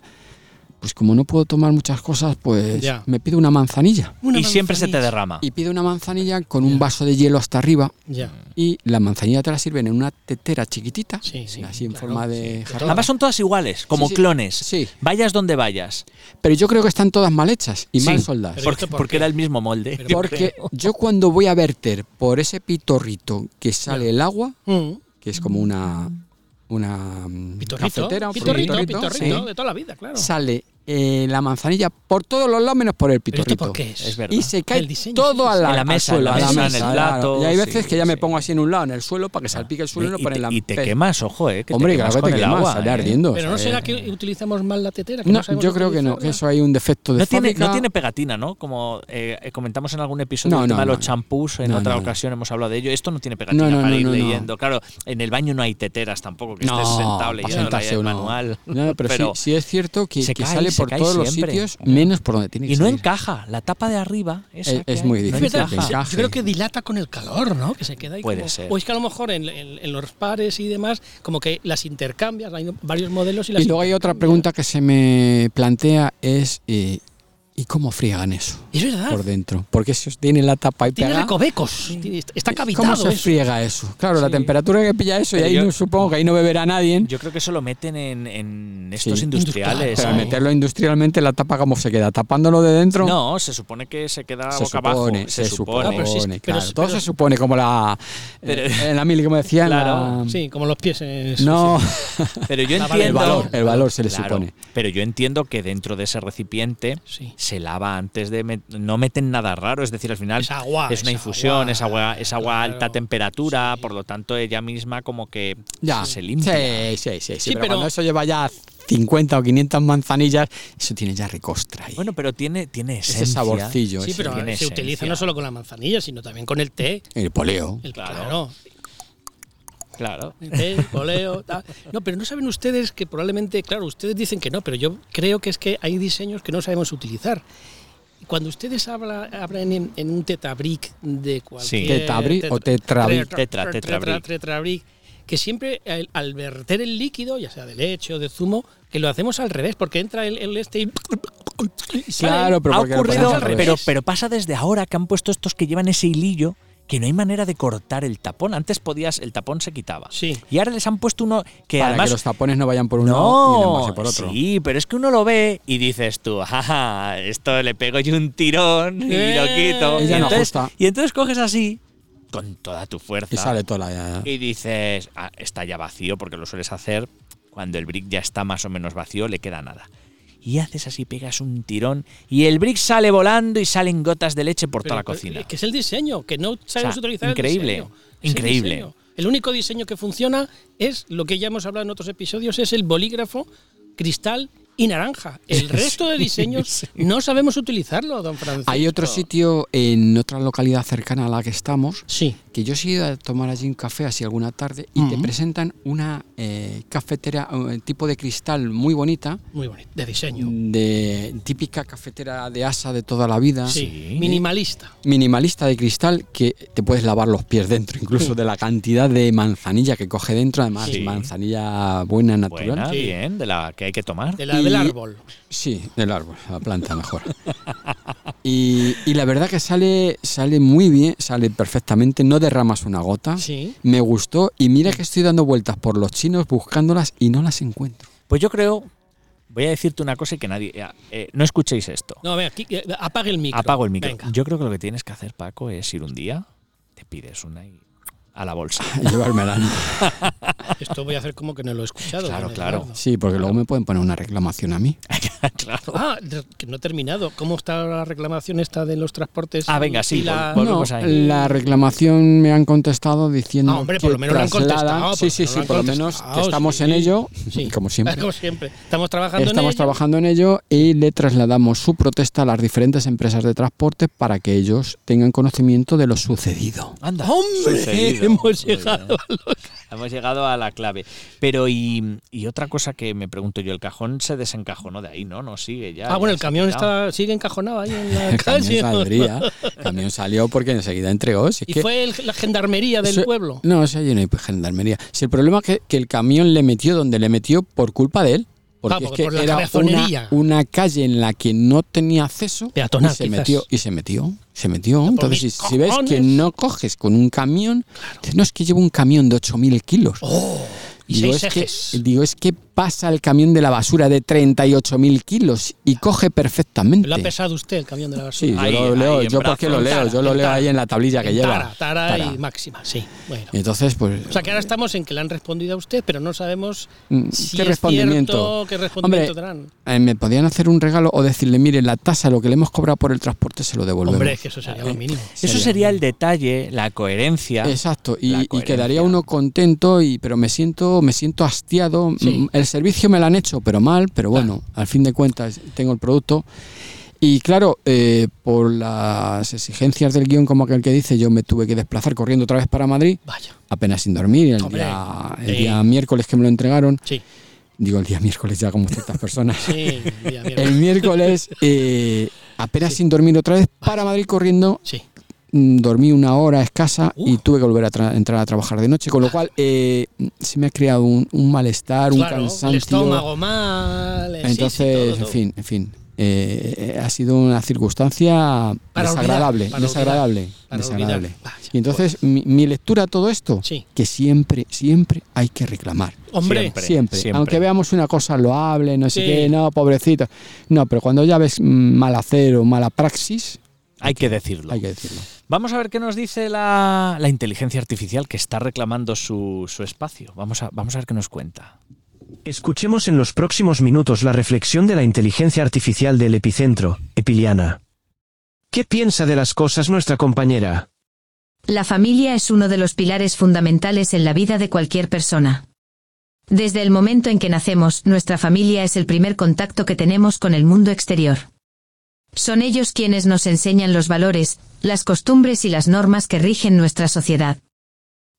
Speaker 3: pues como no puedo tomar muchas cosas, pues
Speaker 4: Ya.
Speaker 3: me pido una manzanilla.
Speaker 4: Una
Speaker 2: y siempre se te
Speaker 4: manzanilla.
Speaker 2: derrama.
Speaker 3: Y pido una manzanilla con un vaso de hielo hasta arriba
Speaker 4: Ya.
Speaker 3: y la manzanilla te la sirven en una tetera chiquitita,
Speaker 4: Sí, sí,
Speaker 3: así en
Speaker 4: claro,
Speaker 3: forma de
Speaker 4: sí.
Speaker 3: jarrón.
Speaker 2: Además son todas iguales, como
Speaker 3: Sí, sí.
Speaker 2: clones.
Speaker 3: Sí.
Speaker 2: Vayas donde vayas.
Speaker 3: Pero yo creo que están todas mal hechas y
Speaker 2: Sí.
Speaker 3: mal soldadas.
Speaker 4: Pero
Speaker 2: Porque,
Speaker 4: esto por
Speaker 2: porque
Speaker 4: qué?
Speaker 2: era el mismo molde.
Speaker 4: Pero
Speaker 2: yo
Speaker 3: Porque
Speaker 2: creo.
Speaker 3: yo cuando voy a verter por ese pitorrito que sale el agua,
Speaker 4: Mm.
Speaker 3: que es como una una mm,
Speaker 4: Pitorrito,
Speaker 3: cafetera, un
Speaker 4: pitorrito,
Speaker 3: pitorrito,
Speaker 4: pitorrito,
Speaker 3: sí,
Speaker 4: de toda la vida, claro.
Speaker 3: sale eh, la manzanilla por todos los lados menos por el
Speaker 4: ¿Pero
Speaker 3: pitorrito.
Speaker 4: esto por qué es?
Speaker 2: Es verdad.
Speaker 3: Y se cae
Speaker 4: El diseño,
Speaker 3: todo a
Speaker 4: sí,
Speaker 3: la,
Speaker 2: En la
Speaker 3: al
Speaker 2: mesa,
Speaker 3: suelo,
Speaker 2: en la
Speaker 3: a
Speaker 2: mesa, en el
Speaker 3: claro.
Speaker 2: plato,
Speaker 3: Y hay
Speaker 2: sí,
Speaker 3: veces que ya me
Speaker 2: sí.
Speaker 3: pongo así en un lado, en el suelo, para que salpique el suelo,
Speaker 2: y,
Speaker 3: no para
Speaker 2: te-
Speaker 3: en la
Speaker 2: y te
Speaker 3: pe-
Speaker 2: quemas, ojo, eh. Que
Speaker 3: Hombre,
Speaker 2: te quemas
Speaker 3: claro que
Speaker 2: con
Speaker 3: te
Speaker 2: el
Speaker 3: quemas,
Speaker 2: agua,
Speaker 3: sale
Speaker 2: eh.
Speaker 3: ardiendo.
Speaker 4: Pero
Speaker 3: o
Speaker 4: no
Speaker 3: sea,
Speaker 4: será que utilizamos mal la tetera. Que
Speaker 3: no,
Speaker 4: no sabemos
Speaker 3: yo creo que no,
Speaker 4: utilizarla?
Speaker 3: que eso hay un defecto de
Speaker 2: No tiene,
Speaker 3: fábrica.
Speaker 2: no tiene pegatina, ¿no? Como eh, eh, comentamos en algún episodio
Speaker 3: No,
Speaker 2: el
Speaker 3: no,
Speaker 2: tema de los
Speaker 3: no.
Speaker 2: champús, en
Speaker 3: No,
Speaker 2: otra
Speaker 3: no, no.
Speaker 2: ocasión hemos hablado de ello. Esto no tiene pegatina
Speaker 3: No, no,
Speaker 2: para
Speaker 3: no,
Speaker 2: ir
Speaker 3: no, no.
Speaker 2: leyendo. Claro, en el baño no hay teteras tampoco, que
Speaker 3: No,
Speaker 2: estés sentado
Speaker 3: para
Speaker 2: leyendo la-
Speaker 3: sentarse
Speaker 2: el
Speaker 3: uno.
Speaker 2: manual.
Speaker 3: No, pero, sí- sí, es cierto que,
Speaker 2: se
Speaker 3: que
Speaker 2: cae,
Speaker 3: sale
Speaker 2: se
Speaker 3: por
Speaker 2: cae
Speaker 3: todos los
Speaker 2: siempre.
Speaker 3: sitios, menos por donde tiene que
Speaker 2: Y no
Speaker 3: salir.
Speaker 2: encaja. La tapa de arriba esa
Speaker 3: Es-
Speaker 2: que
Speaker 3: es
Speaker 2: hay,
Speaker 3: muy
Speaker 2: no
Speaker 4: Es verdad,
Speaker 3: difícil que
Speaker 2: encaja.
Speaker 4: se-
Speaker 3: encaje.
Speaker 4: Yo creo que dilata con el calor, ¿no? Que se queda ahí
Speaker 2: Puede
Speaker 4: como-
Speaker 2: ser.
Speaker 4: O es que a lo mejor en, en- en los pares y demás, como que las intercambias, hay varios modelos y las
Speaker 3: Y luego hay otra pregunta que se me plantea es eh, ¿y cómo friegan eso
Speaker 4: Es
Speaker 2: Ah.
Speaker 4: verdad.
Speaker 3: por dentro? Porque si os tiene la tapa y
Speaker 4: Tiene
Speaker 3: pega,
Speaker 4: recovecos. tiene- Está cavitado.
Speaker 3: ¿cómo se
Speaker 4: eso.
Speaker 3: friega eso? Claro, la
Speaker 4: Sí.
Speaker 3: temperatura que pilla eso y
Speaker 2: Pero
Speaker 3: ahí
Speaker 2: yo-
Speaker 3: no, supongo que ahí no beberá nadie.
Speaker 2: Yo creo que eso lo meten en, en estos
Speaker 3: Sí.
Speaker 2: industriales.
Speaker 3: pero al
Speaker 2: ¿no?
Speaker 3: meterlo industrialmente la tapa cómo se queda tapándolo de dentro.
Speaker 2: No, se supone que se queda
Speaker 3: Se
Speaker 2: boca abajo.
Speaker 3: supone, se, supone,
Speaker 4: Ah, pero sí,
Speaker 3: claro.
Speaker 4: pero-
Speaker 3: todo
Speaker 4: pero-
Speaker 3: se supone como la
Speaker 2: Pero-
Speaker 3: eh, en la mili como decía, en
Speaker 2: Claro,
Speaker 3: la-
Speaker 4: Sí, como los pies. eh,
Speaker 3: no,
Speaker 2: Pero yo
Speaker 4: Ah, vale,
Speaker 2: entiendo.
Speaker 4: el valor,
Speaker 3: el valor se le
Speaker 2: Claro,
Speaker 3: supone.
Speaker 2: Pero yo entiendo que dentro de ese recipiente
Speaker 4: Sí.
Speaker 2: se lava antes de. met- no meten nada raro, es decir, al final.
Speaker 4: Es agua,
Speaker 2: Es una
Speaker 4: es
Speaker 2: infusión,
Speaker 4: agua,
Speaker 2: es agua, es agua a alta
Speaker 4: claro.
Speaker 2: temperatura, por lo tanto ella misma como que
Speaker 3: Ya.
Speaker 2: se limpia.
Speaker 3: Sí, sí, sí, sí,
Speaker 4: Sí,
Speaker 3: pero,
Speaker 4: pero-
Speaker 3: cuando eso lleva ya 50 o 500 manzanillas, eso tiene ya ricostra ahí.
Speaker 2: Bueno, pero tiene, tiene esencia.
Speaker 3: ese saborcillo.
Speaker 4: Sí,
Speaker 3: ese.
Speaker 4: pero
Speaker 2: tiene
Speaker 4: se utiliza
Speaker 2: esencia.
Speaker 4: no solo con la manzanilla, sino también con el té.
Speaker 3: El poleo.
Speaker 4: El,
Speaker 2: Claro.
Speaker 4: claro.
Speaker 2: Claro.
Speaker 4: el té, el poleo, tal. No, pero no saben ustedes que probablemente, claro, ustedes dicen que no, pero yo creo que es que hay diseños que no sabemos utilizar. Y Cuando ustedes habla, hablan en, en un tetabric de cualquier...
Speaker 2: Sí.
Speaker 3: Tetabrik o tetrabric.
Speaker 2: Tetra,
Speaker 4: tetra-
Speaker 2: tetrabric.
Speaker 4: tetrabric, que siempre al, al verter el líquido, ya sea de leche o de zumo, que lo hacemos al revés, porque entra el, el este y...
Speaker 3: Claro, pero
Speaker 2: ha
Speaker 3: porque lo pones
Speaker 2: ocurrido,
Speaker 3: al revés.
Speaker 2: pero, pero pasa desde ahora que han puesto estos que llevan ese hilillo que no hay manera de cortar el tapón. Antes podías, el tapón se quitaba.
Speaker 4: Sí.
Speaker 2: Y ahora les han puesto uno que
Speaker 3: para
Speaker 2: además
Speaker 3: que los tapones no vayan por uno y el envase
Speaker 2: no,
Speaker 3: por otro.
Speaker 2: sí, pero es que uno lo ve y dices tú, jaja, esto le pego yo un tirón y
Speaker 4: Eh,
Speaker 2: lo quito.
Speaker 3: ella
Speaker 2: y,
Speaker 3: no
Speaker 2: entonces,
Speaker 3: ajusta.
Speaker 2: y entonces coges así, con toda tu fuerza,
Speaker 3: Y sale toda la.
Speaker 2: y dices, "Ah, está ya vacío, porque lo sueles hacer cuando el brick ya está más o menos vacío, le queda nada. Y haces así, pegas un tirón y el brick sale volando y salen gotas de leche por
Speaker 4: Pero-
Speaker 2: toda la
Speaker 4: pero
Speaker 2: cocina.
Speaker 4: es que es el diseño, que no sabemos
Speaker 2: sea,
Speaker 4: utilizar. el
Speaker 2: increíble,
Speaker 4: diseño. Es el
Speaker 2: increíble.
Speaker 4: diseño. El, único diseño que funciona es lo que ya hemos hablado en otros episodios, es el bolígrafo cristal y naranja. El resto de diseños no sabemos utilizarlo, don Francisco.
Speaker 3: Hay otro sitio en otra localidad cercana a la que estamos
Speaker 4: Sí.
Speaker 3: que yo he ido a tomar allí un café así alguna tarde y te
Speaker 4: Ujú.
Speaker 3: presentan una eh, cafetera eh, tipo de cristal muy bonita,
Speaker 4: Muy bonito. De
Speaker 2: Mm,
Speaker 4: diseño.
Speaker 3: de típica cafetera de asa de toda la vida,
Speaker 4: Sí. Minimalista.
Speaker 3: minimalista de cristal que te puedes lavar los pies dentro, incluso de la cantidad de manzanilla que coge dentro, además
Speaker 2: Sí.
Speaker 3: manzanilla buena natural.
Speaker 2: Buena,
Speaker 4: Sí.
Speaker 2: bien, de la que hay que tomar.
Speaker 4: De la
Speaker 3: Y-
Speaker 4: del árbol.
Speaker 3: Sí, del árbol, la planta mejor. y, y la verdad que sale, sale muy bien, sale perfectamente, no derramas una gota.
Speaker 4: Sí.
Speaker 3: Me gustó y mira que estoy dando vueltas por los chinos buscándolas y no las encuentro.
Speaker 2: Pues yo creo, voy a decirte una cosa y que nadie, eh, no escuchéis esto.
Speaker 4: No, venga, aquí, eh, apague el micro.
Speaker 2: Apago el micro.
Speaker 4: Venga.
Speaker 2: Yo creo que lo que tienes que hacer, Paco, es ir un día, te pides una y a la bolsa.
Speaker 3: Llevármelas.
Speaker 4: Esto voy a hacer como que no lo he escuchado.
Speaker 2: Claro,
Speaker 4: don
Speaker 2: claro.
Speaker 4: Eduardo.
Speaker 3: Sí, porque luego me pueden poner una reclamación a mí.
Speaker 2: claro.
Speaker 4: Ah, de- que no he terminado. ¿Cómo está la reclamación esta de los transportes?
Speaker 2: Ah, venga,
Speaker 4: y
Speaker 2: sí,
Speaker 4: la-
Speaker 2: vol- vol-
Speaker 3: No,
Speaker 2: Volvemos ahí.
Speaker 3: la reclamación me han contestado diciendo
Speaker 4: Ah, hombre,
Speaker 3: que
Speaker 4: por lo menos lo han
Speaker 3: traslada-
Speaker 4: contestado,
Speaker 3: Sí,
Speaker 4: por
Speaker 3: sí, sí, por
Speaker 4: lo menos lo han
Speaker 3: lo menos que
Speaker 4: contestado,
Speaker 3: estamos
Speaker 4: sí.
Speaker 3: en ello,
Speaker 4: Sí.
Speaker 3: como siempre.
Speaker 4: Como siempre. Estamos trabajando
Speaker 3: Estamos
Speaker 4: en ello.
Speaker 3: trabajando en ello y le trasladamos su protesta a las diferentes empresas de transporte para que ellos tengan conocimiento de lo sucedido.
Speaker 2: Anda,
Speaker 4: ¡Hombre!
Speaker 2: sucedido.
Speaker 4: Hemos
Speaker 2: Muy
Speaker 4: llegado
Speaker 2: bien. Hemos llegado a la clave. Pero y, y otra cosa que me pregunto yo, el cajón se desencajonó de ahí, ¿no? No sigue ya.
Speaker 4: Ah, bueno,
Speaker 2: ya
Speaker 4: el
Speaker 2: se ha
Speaker 4: camión
Speaker 2: quitado.
Speaker 4: está, sigue encajonado ahí en la
Speaker 3: El camión
Speaker 4: calle.
Speaker 3: saldría, el camión salió porque enseguida entregó. si es
Speaker 4: Y
Speaker 3: que-
Speaker 4: fue el- la gendarmería del
Speaker 3: Eso-
Speaker 4: pueblo.
Speaker 3: No, eso allí no hay gendarmería. Si el problema es que, que el camión le metió donde le metió por culpa de él. Porque
Speaker 4: Ah,
Speaker 3: es
Speaker 4: porque
Speaker 3: que
Speaker 4: por la
Speaker 3: era una,
Speaker 4: cabezonería.
Speaker 3: una calle en la que no tenía acceso
Speaker 4: Peatonal,
Speaker 3: y se
Speaker 4: quizás.
Speaker 3: metió y se metió, se metió. Entonces, si,
Speaker 4: mis
Speaker 3: si ves que
Speaker 4: cojones.
Speaker 3: no coges con un camión, no es que llevo un camión de 8.000 kilos.
Speaker 4: Oh, Y
Speaker 3: Digo,
Speaker 4: seis
Speaker 3: es
Speaker 4: ejes.
Speaker 3: que, digo, es que pasa el camión de la basura de 38.000 kilos y coge perfectamente.
Speaker 4: Lo ha pesado usted, el camión de la
Speaker 3: Sí,
Speaker 4: basura.
Speaker 3: yo
Speaker 2: Ahí,
Speaker 3: lo
Speaker 2: ahí,
Speaker 3: leo,
Speaker 2: en
Speaker 3: yo porque lo
Speaker 2: brazo.
Speaker 3: leo,
Speaker 4: Tara,
Speaker 3: yo lo
Speaker 4: en
Speaker 3: leo
Speaker 4: tara.
Speaker 3: ahí en la tablilla que lleva.
Speaker 4: Tara, tara,
Speaker 3: Tara.
Speaker 4: y máxima, sí. Bueno.
Speaker 3: Entonces, pues.
Speaker 4: O sea que ahora estamos en que le han respondido a usted, pero no sabemos
Speaker 3: Mm,
Speaker 4: si
Speaker 3: ¿qué
Speaker 4: es
Speaker 3: respondimiento?
Speaker 4: cierto, qué respondimiento
Speaker 3: Hombre,
Speaker 4: darán.
Speaker 3: eh, me podían hacer un regalo o decirle, mire, la tasa, lo que le hemos cobrado por el transporte, se lo devolvemos.
Speaker 4: Hombre, es que eso
Speaker 3: Eh,
Speaker 4: sería lo mínimo.
Speaker 2: Eso sería el detalle, la coherencia.
Speaker 3: Exacto, y,
Speaker 2: La
Speaker 3: y
Speaker 2: coherencia.
Speaker 3: quedaría uno contento, y, pero me siento, me siento hastiado.
Speaker 4: Sí.
Speaker 3: Mm, El servicio me lo han hecho, pero mal, pero bueno, al fin de cuentas tengo el producto. Y claro, eh, por las exigencias del guión, como aquel que dice, yo me tuve que desplazar corriendo otra vez para Madrid,
Speaker 4: Vaya,
Speaker 3: apenas sin dormir, el,
Speaker 4: Hombre,
Speaker 3: día, el
Speaker 4: sí.
Speaker 3: día miércoles que me lo entregaron,
Speaker 4: sí.
Speaker 3: digo el día miércoles ya como ciertas personas,
Speaker 4: Sí, mira, mira.
Speaker 3: el miércoles eh, apenas sin dormir otra vez para Madrid corriendo
Speaker 4: sí.
Speaker 3: mm, dormí una hora escasa
Speaker 4: Uh.
Speaker 3: y tuve que volver a tra- entrar a trabajar de noche, con
Speaker 4: Ah.
Speaker 3: lo cual eh, se me ha creado un, un malestar, un
Speaker 4: Claro,
Speaker 3: cansancio.
Speaker 4: el estómago mal. eh, sí, sí,
Speaker 3: Entonces,
Speaker 4: todo,
Speaker 3: en
Speaker 4: todo.
Speaker 3: fin, en fin. eh, eh, ha sido una circunstancia
Speaker 4: Para olvidar,
Speaker 3: desagradable,
Speaker 4: para
Speaker 3: desagradable,
Speaker 4: olvidar, para
Speaker 3: desagradable.
Speaker 4: olvidar. Vaya,
Speaker 3: y entonces mi, mi lectura a todo esto,
Speaker 4: Sí.
Speaker 3: que siempre, siempre hay que reclamar.
Speaker 4: pues, Hombre,
Speaker 2: Siempre.
Speaker 3: Siempre. Aunque veamos una cosa loable, no sé
Speaker 4: Sí.
Speaker 3: qué, no, pobrecito. No, pero cuando ya ves mm, mal hacer o mala praxis,
Speaker 2: Hay que decirlo.
Speaker 3: hay que decirlo.
Speaker 2: Vamos a ver qué nos dice la, la inteligencia artificial que está reclamando su, su espacio. Vamos a, vamos a ver qué nos cuenta.
Speaker 1: Escuchemos en los próximos minutos la reflexión de la inteligencia artificial del epicentro, Epiliana. ¿Qué piensa de las cosas nuestra compañera?
Speaker 5: La familia es uno de los pilares fundamentales en la vida de cualquier persona. Desde el momento en que nacemos, nuestra familia es el primer contacto que tenemos con el mundo exterior. Son ellos quienes nos enseñan los valores, las costumbres y las normas que rigen nuestra sociedad.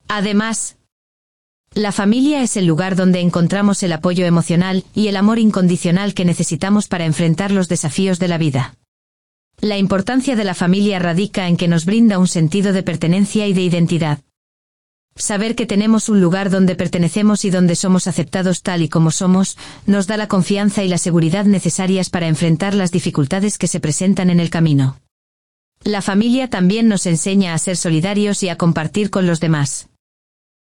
Speaker 5: Además, la familia es el lugar donde encontramos el apoyo emocional y el amor incondicional que necesitamos para enfrentar los desafíos de la vida. La importancia de la familia radica en que nos brinda un sentido de pertenencia y de identidad. Saber que tenemos un lugar donde pertenecemos y donde somos aceptados tal y como somos, nos da la confianza y la seguridad necesarias para enfrentar las dificultades que se presentan en el camino. La familia también nos enseña a ser solidarios y a compartir con los demás.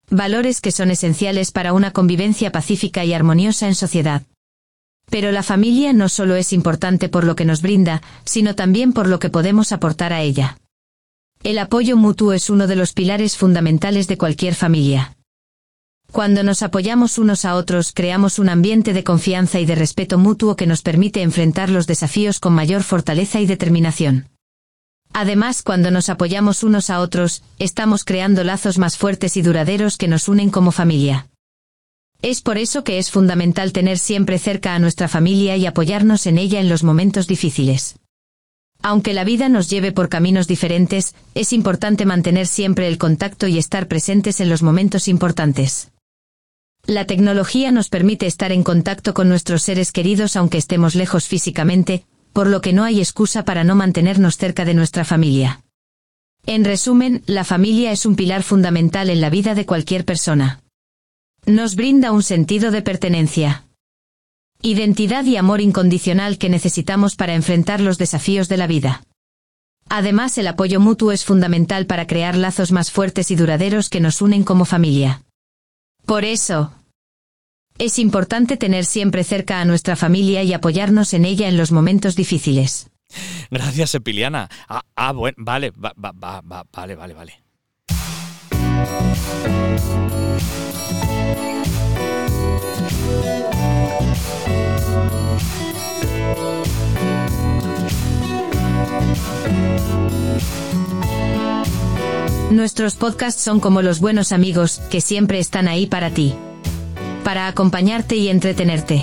Speaker 5: Valores que son esenciales para una convivencia pacífica y armoniosa en sociedad. Pero la familia no solo es importante por lo que nos brinda, sino también por lo que podemos aportar a ella. El apoyo mutuo es uno de los pilares fundamentales de cualquier familia. Cuando nos apoyamos unos a otros, creamos un ambiente de confianza y de respeto mutuo que nos permite enfrentar los desafíos con mayor fortaleza y determinación. Además, cuando nos apoyamos unos a otros, estamos creando lazos más fuertes y duraderos que nos unen como familia. Es por eso que es fundamental tener siempre cerca a nuestra familia y apoyarnos en ella en los momentos difíciles. Aunque la vida nos lleve por caminos diferentes, es importante mantener siempre el contacto y estar presentes en los momentos importantes. La tecnología nos permite estar en contacto con nuestros seres queridos aunque estemos lejos físicamente, por lo que no hay excusa para no mantenernos cerca de nuestra familia. En resumen, la familia es un pilar fundamental en la vida de cualquier persona. Nos brinda un sentido de pertenencia. Identidad y amor incondicional que necesitamos para enfrentar los desafíos de la vida. Además, el apoyo mutuo es fundamental para crear lazos más fuertes y duraderos que nos unen como familia. Por eso, es importante tener siempre cerca a nuestra familia y apoyarnos en ella en los momentos difíciles.
Speaker 2: Gracias, Epiliana. Ah, ah bueno, vale, va- va- va- va- vale, vale, vale.
Speaker 5: Nuestros podcasts son como los buenos amigos, que siempre están ahí para ti. Para acompañarte y entretenerte.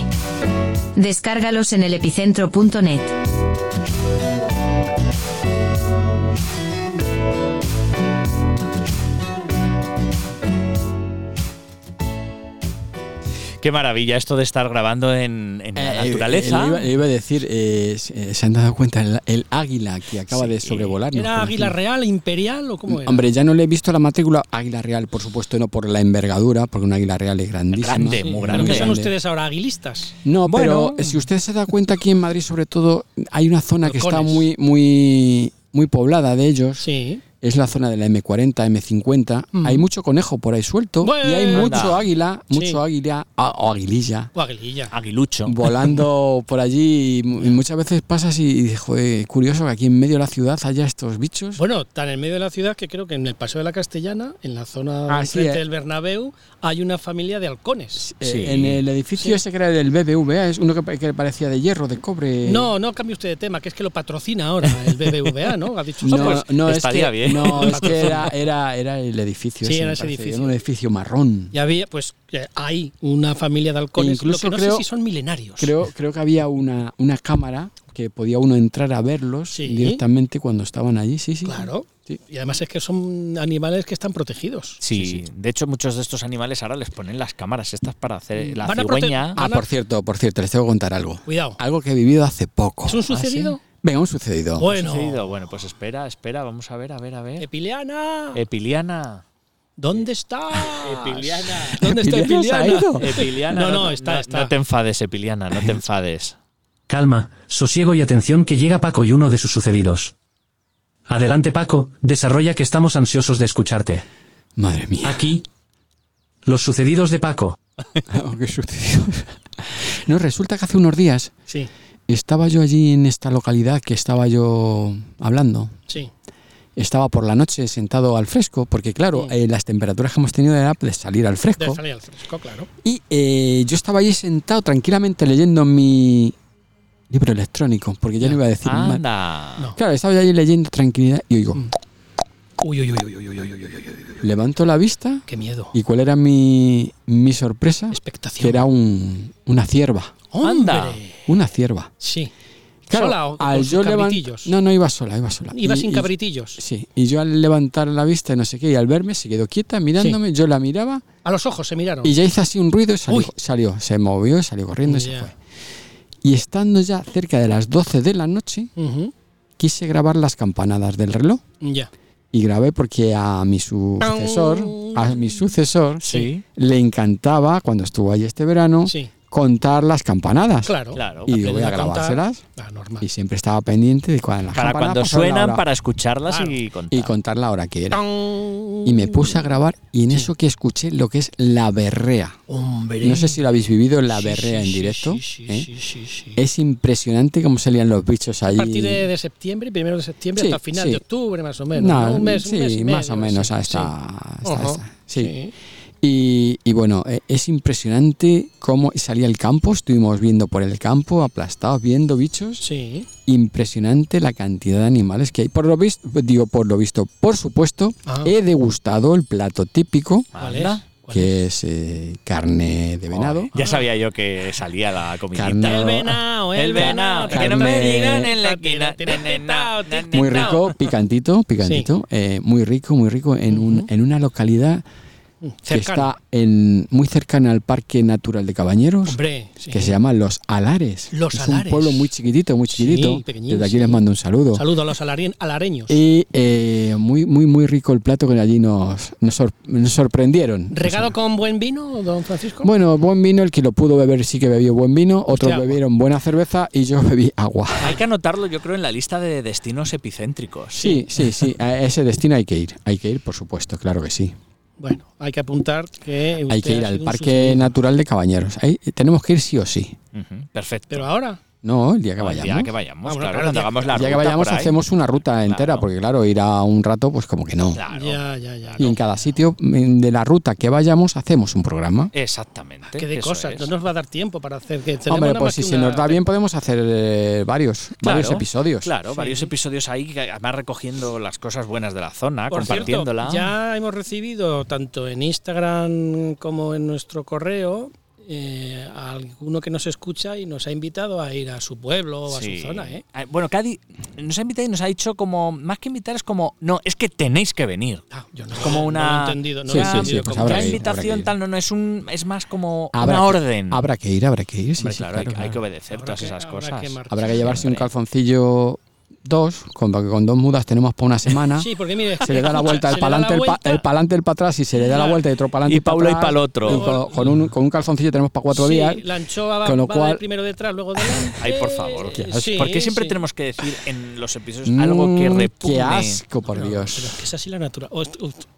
Speaker 5: Descárgalos en elepicentro.net.
Speaker 2: Qué maravilla esto de estar grabando en, en la
Speaker 3: Eh,
Speaker 2: naturaleza.
Speaker 3: eh, iba, iba a decir, eh, se eh, se han dado cuenta, el, el águila que acaba
Speaker 2: Sí.
Speaker 3: de sobrevolar.
Speaker 4: ¿Era Águila Real, Imperial o cómo era?
Speaker 3: Hombre, ya no le he visto la matrícula águila real, por supuesto, no por la envergadura, porque una águila real es grandísima.
Speaker 2: Grande,
Speaker 4: Sí,
Speaker 2: muy
Speaker 4: pero
Speaker 2: grande.
Speaker 4: que son ustedes ahora aguilistas?
Speaker 3: No,
Speaker 2: Bueno.
Speaker 3: pero si usted se da cuenta, aquí en Madrid, sobre todo, hay una zona que está
Speaker 4: Balcones.
Speaker 3: muy, muy, muy poblada de ellos.
Speaker 4: Sí.
Speaker 3: Es la zona de la M40, M50.
Speaker 4: Mm.
Speaker 3: Hay mucho conejo por ahí suelto.
Speaker 4: Bueno.
Speaker 3: y hay
Speaker 4: Anda.
Speaker 3: mucho águila,
Speaker 4: Sí.
Speaker 3: mucho águila, a- o aguililla.
Speaker 4: O aguililla.
Speaker 2: Aguilucho.
Speaker 3: volando por allí y, mu- y muchas veces pasas y dices, joder, curioso que aquí en medio de la ciudad haya estos bichos.
Speaker 4: Bueno, tan en medio de la ciudad que creo que en el Paseo de la Castellana, en la zona
Speaker 3: Ah,
Speaker 4: del
Speaker 3: sí,
Speaker 4: frente
Speaker 3: eh.
Speaker 4: del Bernabéu, hay una familia de halcones.
Speaker 3: Eh,
Speaker 2: sí.
Speaker 3: En el edificio ese que era del BBVA, es uno que, pa- que parecía de hierro, de cobre.
Speaker 4: No, no cambie usted de tema, que es que lo patrocina ahora el BBVA, ¿no? Ha dicho usted.
Speaker 3: No,
Speaker 2: pues,
Speaker 3: no, es
Speaker 2: estaría
Speaker 3: que,
Speaker 2: bien.
Speaker 3: no, es que era, era, era el edificio.
Speaker 4: Sí,
Speaker 3: ese,
Speaker 4: era
Speaker 3: me
Speaker 4: ese
Speaker 3: parece,
Speaker 4: edificio.
Speaker 3: Era un edificio marrón.
Speaker 4: Y había, pues, eh, hay una familia de halcones.
Speaker 3: E incluso
Speaker 4: lo que no
Speaker 3: creo-
Speaker 4: sé si son milenarios.
Speaker 3: Creo, creo que había una, una cámara que podía uno entrar a verlos
Speaker 4: Sí.
Speaker 3: directamente cuando estaban allí. Sí, sí.
Speaker 4: Claro.
Speaker 3: Sí.
Speaker 4: Y además es que son animales que están protegidos.
Speaker 2: Sí, de hecho muchos de estos animales ahora les ponen las cámaras estas para hacer la
Speaker 4: Van a prote-
Speaker 2: cigüeña.
Speaker 3: Ah, por cierto, por cierto, les tengo que contar algo.
Speaker 4: Cuidado.
Speaker 3: Algo que he vivido hace poco.
Speaker 4: ¿Es un
Speaker 3: ¿Ah, sí?
Speaker 4: sucedido?
Speaker 3: Venga, un sucedido.
Speaker 4: Bueno,
Speaker 2: Sucedido. Bueno, pues espera, espera, vamos a ver, a ver, a ver.
Speaker 3: Eh,
Speaker 4: Epiliana,
Speaker 2: Epiliana.
Speaker 4: ¿dónde está?
Speaker 2: Epiliana.
Speaker 4: ¿Dónde está
Speaker 3: Epiliana eh, se ha
Speaker 4: Epiliana? Eh,
Speaker 3: ido. Eh,
Speaker 2: Epiliana.
Speaker 4: No, no, está, está.
Speaker 2: No te enfades, Epiliana, no te enfades.
Speaker 6: Calma, sosiego y atención que llega Paco y uno de sus sucedidos. Adelante Paco, desarrolla que estamos ansiosos de escucharte.
Speaker 3: Madre mía.
Speaker 6: Aquí. Los sucedidos de Paco.
Speaker 3: Oh, qué sucedido. No, resulta que hace unos días
Speaker 4: Sí,
Speaker 3: estaba yo allí en esta localidad que estaba yo hablando.
Speaker 4: sí.
Speaker 3: Estaba por la noche sentado al fresco, porque claro,
Speaker 4: Sí.
Speaker 3: eh, las temperaturas que hemos tenido era de salir al
Speaker 4: Debe
Speaker 3: fresco.
Speaker 4: salir al fresco, claro.
Speaker 3: Y eh, yo estaba allí sentado tranquilamente leyendo mi libro electrónico, porque ya no iba a decir más.
Speaker 2: Anda.
Speaker 4: No.
Speaker 3: Claro, estaba yo allí leyendo tranquilidad y oigo,
Speaker 4: Mm. Uy, uy, uy, uy, uy, uy, uy, uy, uy, uy, uy, uy.
Speaker 3: levanto la vista
Speaker 4: Qué miedo.
Speaker 3: y cuál era mi, mi sorpresa,
Speaker 4: Expectación.
Speaker 3: que era un, una cierva,
Speaker 4: ¡Hombre!
Speaker 2: Anda.
Speaker 3: una cierva.
Speaker 4: Sí.
Speaker 3: Claro,
Speaker 4: ¿Sola o
Speaker 3: al
Speaker 4: con sus
Speaker 3: yo levan-
Speaker 4: cabritillos?
Speaker 3: No, no iba sola, iba sola.
Speaker 4: Iba
Speaker 3: Y-
Speaker 4: sin
Speaker 3: y-
Speaker 4: cabritillos.
Speaker 3: Sí, y yo al levantar la vista y no sé qué, y al verme se quedó quieta mirándome, yo la miraba
Speaker 4: A los ojos se miraron.
Speaker 3: y ya hizo así un ruido y
Speaker 4: Uy.
Speaker 3: salió, salió, se movió, y salió corriendo y
Speaker 4: Ya.
Speaker 3: se fue. Y estando ya cerca de las 12 de la noche,
Speaker 4: Ujú.
Speaker 3: quise grabar las campanadas del reloj
Speaker 4: Ya.
Speaker 3: y grabé porque a mi sucesor, a mi sucesor
Speaker 2: Sí.
Speaker 3: le encantaba cuando estuvo allí este verano
Speaker 4: Sí.
Speaker 3: contar las campanadas.
Speaker 4: Claro.
Speaker 2: Claro.
Speaker 3: Y digo,
Speaker 4: aprender
Speaker 3: voy a
Speaker 4: a contar.
Speaker 3: grabárselas.
Speaker 4: Ah, normal.
Speaker 3: Y siempre estaba pendiente de cuando las
Speaker 2: Para
Speaker 3: campanadas
Speaker 2: cuando
Speaker 3: pasaban la
Speaker 2: suenan,
Speaker 3: hora.
Speaker 2: para escucharlas
Speaker 4: Claro.
Speaker 2: y contar.
Speaker 3: y contar la hora que era.
Speaker 4: Tan.
Speaker 3: Y me puse a grabar y en eso que escuché lo que es la berrea.
Speaker 4: Hombre.
Speaker 3: No sé si lo habéis vivido, la
Speaker 4: Sí,
Speaker 3: berrea en
Speaker 4: sí, sí,
Speaker 3: directo.
Speaker 4: Sí, sí,
Speaker 3: ¿eh?
Speaker 4: sí, sí, sí.
Speaker 3: Es impresionante cómo salían los bichos
Speaker 4: A
Speaker 3: allí.
Speaker 4: partir de, de septiembre, primero de septiembre,
Speaker 3: Sí,
Speaker 4: hasta final
Speaker 3: sí.
Speaker 4: de octubre, más o menos.
Speaker 3: No,
Speaker 4: ¿no? Un mes, un
Speaker 3: sí,
Speaker 4: mes y
Speaker 3: más
Speaker 4: medio,
Speaker 3: o menos
Speaker 4: así.
Speaker 3: hasta,
Speaker 4: Sí.
Speaker 3: hasta-
Speaker 4: Ajá.
Speaker 3: hasta- sí. Y, y bueno, eh, es impresionante cómo salía el campo. Estuvimos viendo por el campo, aplastados, viendo bichos.
Speaker 4: Sí.
Speaker 3: impresionante la cantidad de animales que hay. Por lo visto, digo por lo visto, por supuesto,
Speaker 4: Ah.
Speaker 3: he degustado el plato típico
Speaker 4: ¿Cuál es?
Speaker 2: Anda.
Speaker 3: que es eh, carne de venado.
Speaker 2: Ya sabía yo que salía la comidita.
Speaker 3: Carne-
Speaker 4: El venado,
Speaker 2: El venado, que no me
Speaker 3: Carne-
Speaker 2: digan en la esquina.
Speaker 3: Muy rico, picantito, picantito. eh, muy rico, muy rico en, un, en una localidad
Speaker 4: Mm,
Speaker 3: que
Speaker 4: Cercano.
Speaker 3: está en, muy cercana al Parque Natural de Cabañeros.
Speaker 4: Hombre, sí.
Speaker 3: que se llama Los Alares.
Speaker 4: Los
Speaker 3: es
Speaker 4: Alares.
Speaker 3: un pueblo muy chiquitito, muy
Speaker 4: Sí,
Speaker 3: chiquitito.
Speaker 4: pequeñín,
Speaker 3: Desde aquí
Speaker 4: sí.
Speaker 3: les mando un saludo.
Speaker 4: Saludo a los alarien- alareños.
Speaker 3: Y eh, muy, muy, muy rico el plato que allí nos, nos, sor- nos sorprendieron.
Speaker 4: ¿Regado
Speaker 3: Nos
Speaker 4: con buen vino, don Francisco?
Speaker 3: sor- Bueno, buen vino, el que lo pudo beber sí que bebió buen vino, otros
Speaker 4: agua.
Speaker 3: bebieron buena cerveza y yo bebí agua.
Speaker 2: Hay que anotarlo, yo creo, en la lista de destinos epicéntricos.
Speaker 3: Sí, sí, sí, a ese destino hay que ir, hay que ir, por supuesto, claro que sí.
Speaker 4: Bueno, hay que apuntar que. usted
Speaker 3: Hay que ir
Speaker 4: ha
Speaker 3: al
Speaker 4: sido un
Speaker 3: Parque
Speaker 4: sucedido.
Speaker 3: Natural de Cabañeros. Ahí eh, tenemos que ir sí o sí.
Speaker 2: Ujú, Perfecto.
Speaker 4: Pero ahora,
Speaker 3: No, el día que
Speaker 2: Al
Speaker 3: vayamos.
Speaker 2: Ah, día que vayamos,
Speaker 4: Vámonos,
Speaker 2: claro,
Speaker 4: Ah, claro,
Speaker 2: cuando
Speaker 4: el día-
Speaker 2: hagamos la
Speaker 3: El día que
Speaker 2: ruta
Speaker 3: vayamos
Speaker 2: por ahí.
Speaker 3: hacemos una ruta entera,
Speaker 2: Claro.
Speaker 3: porque claro, ir a un rato, pues como que no.
Speaker 2: Claro.
Speaker 4: ya, ya, ya.
Speaker 3: Y en
Speaker 4: Ah, no.
Speaker 3: cada sitio mm, de la ruta que vayamos hacemos un programa.
Speaker 2: Exactamente.
Speaker 4: Que de
Speaker 2: eso
Speaker 4: cosas,
Speaker 2: es.
Speaker 4: no nos va a dar tiempo para hacer que tenemos
Speaker 3: Hombre,
Speaker 4: nada
Speaker 3: pues
Speaker 4: más
Speaker 3: si
Speaker 4: que
Speaker 3: se
Speaker 4: una-
Speaker 3: nos da bien podemos hacer eh, varios,
Speaker 2: Claro,
Speaker 3: varios episodios.
Speaker 2: Claro, varios episodios ahí, que además recogiendo las cosas buenas de la zona,
Speaker 4: Por cierto,
Speaker 2: Ah, compartiéndola.
Speaker 4: ya hemos recibido tanto en Instagram como en nuestro correo eh, a alguno que nos escucha y nos ha invitado a ir a su pueblo o a
Speaker 2: Sí.
Speaker 4: su zona, ¿eh?
Speaker 2: Ah, Bueno, Cadi nos ha invitado y nos ha dicho como, más que invitar, es como, no, es que tenéis que venir.
Speaker 4: Ah, yo no,
Speaker 2: Es como
Speaker 4: no
Speaker 2: una-
Speaker 4: lo he entendido, no
Speaker 3: Sí,
Speaker 4: lo he
Speaker 3: sí,
Speaker 4: entendido
Speaker 3: sí, pues
Speaker 4: como-
Speaker 3: habrá
Speaker 2: Ya
Speaker 3: que ir, habrá que
Speaker 2: invitación
Speaker 3: ir.
Speaker 2: tal, no, no, es, un, es más como
Speaker 3: Habrá
Speaker 2: una
Speaker 3: que-
Speaker 2: orden.
Speaker 3: Habrá que ir, habrá que ir. sí,
Speaker 2: Hombre,
Speaker 3: sí,
Speaker 2: claro, hay,
Speaker 3: claro,
Speaker 2: hay que
Speaker 3: claro.
Speaker 2: obedecer
Speaker 4: habrá
Speaker 2: todas
Speaker 4: que-
Speaker 2: esas
Speaker 4: habrá
Speaker 2: cosas.
Speaker 4: que marchar.
Speaker 3: Habrá que llevarse un
Speaker 2: Hombre.
Speaker 3: calzoncillo dos, con, con dos mudas tenemos para una semana.
Speaker 4: Sí, porque mire,
Speaker 3: Se le da la vuelta el
Speaker 4: se le da la
Speaker 3: palante, el, pa-
Speaker 4: vuelta.
Speaker 3: el palante, el para atrás, y se le da la
Speaker 4: Claro.
Speaker 3: vuelta y otro palante.
Speaker 2: Y Paulo y
Speaker 3: atrás,
Speaker 2: pa'l otro.
Speaker 3: y con, con un, con un calzoncillo tenemos para cuatro
Speaker 4: Sí,
Speaker 3: días.
Speaker 4: La anchoa va,
Speaker 3: con lo
Speaker 4: va
Speaker 3: cual-
Speaker 4: de primero detrás, luego delante.
Speaker 2: Ay,
Speaker 3: Eh,
Speaker 2: por favor.
Speaker 4: Sí,
Speaker 2: Porque siempre
Speaker 4: sí.
Speaker 2: tenemos que decir en los episodios algo que
Speaker 3: Mm,
Speaker 2: repugne.
Speaker 3: Qué asco, por
Speaker 4: No, Pero es
Speaker 3: Dios.
Speaker 4: que es así la naturaleza.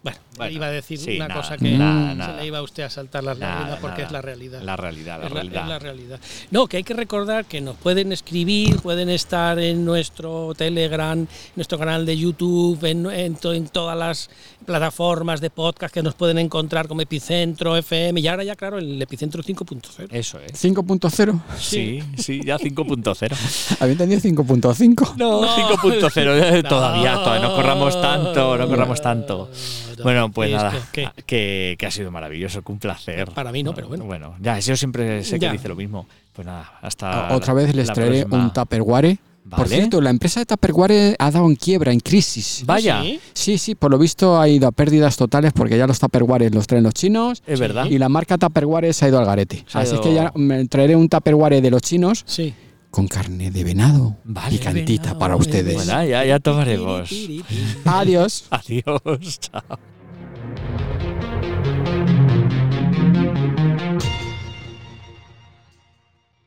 Speaker 4: Bueno,
Speaker 2: Bueno,
Speaker 4: iba a decir
Speaker 2: sí,
Speaker 4: una
Speaker 2: nada,
Speaker 4: cosa que
Speaker 2: nada,
Speaker 4: se
Speaker 2: nada.
Speaker 4: le iba a usted a saltar las
Speaker 2: Nada,
Speaker 4: lágrimas porque
Speaker 2: nada.
Speaker 4: es la realidad.
Speaker 2: La realidad, la
Speaker 4: Es la- es la
Speaker 2: realidad.
Speaker 4: realidad. No, que hay que recordar que nos pueden escribir, pueden estar en nuestro Telegram, nuestro canal de YouTube, en, en to- en todas las plataformas de podcast que nos pueden encontrar como Epicentro, FM y ahora ya, claro, el Epicentro 5.0.
Speaker 2: Eso es.
Speaker 3: 5.0.
Speaker 2: Sí, sí, ya 5.0.
Speaker 3: Había entendido 5.5.
Speaker 2: No,
Speaker 4: No.
Speaker 2: 5.0 eh,
Speaker 4: No.
Speaker 2: todavía, todavía no corramos tanto, no corramos tanto.
Speaker 4: No, no,
Speaker 2: Bueno, pues
Speaker 4: es
Speaker 2: nada,
Speaker 4: que- que-
Speaker 2: ah, que, que ha sido maravilloso, que un placer.
Speaker 4: Para mí no, pero bueno.
Speaker 2: Bueno, ya, yo siempre sé que
Speaker 4: Ya.
Speaker 2: dice lo mismo. Pues nada, hasta
Speaker 3: Ah, Otra vez les
Speaker 2: la
Speaker 3: traeré
Speaker 2: próxima.
Speaker 3: un Tupperware. Por
Speaker 2: Vale.
Speaker 3: cierto, la empresa de Tupperware ha dado en quiebra, en crisis.
Speaker 2: Vaya,
Speaker 4: Sí.
Speaker 3: Sí, sí, por lo visto ha ido a pérdidas totales porque ya los Tupperware los traen los chinos
Speaker 2: es verdad.
Speaker 3: y la marca Tupperware se ha ido al garete.
Speaker 2: Se ha
Speaker 3: Así
Speaker 2: ido-
Speaker 3: que ya me traeré un Tupperware de los chinos
Speaker 4: Sí.
Speaker 3: con carne de venado
Speaker 2: Vale.
Speaker 3: picantita para ustedes.
Speaker 2: Bueno, ya, ya tomaremos.
Speaker 4: Piripiri.
Speaker 3: Adiós.
Speaker 2: Adiós, chao.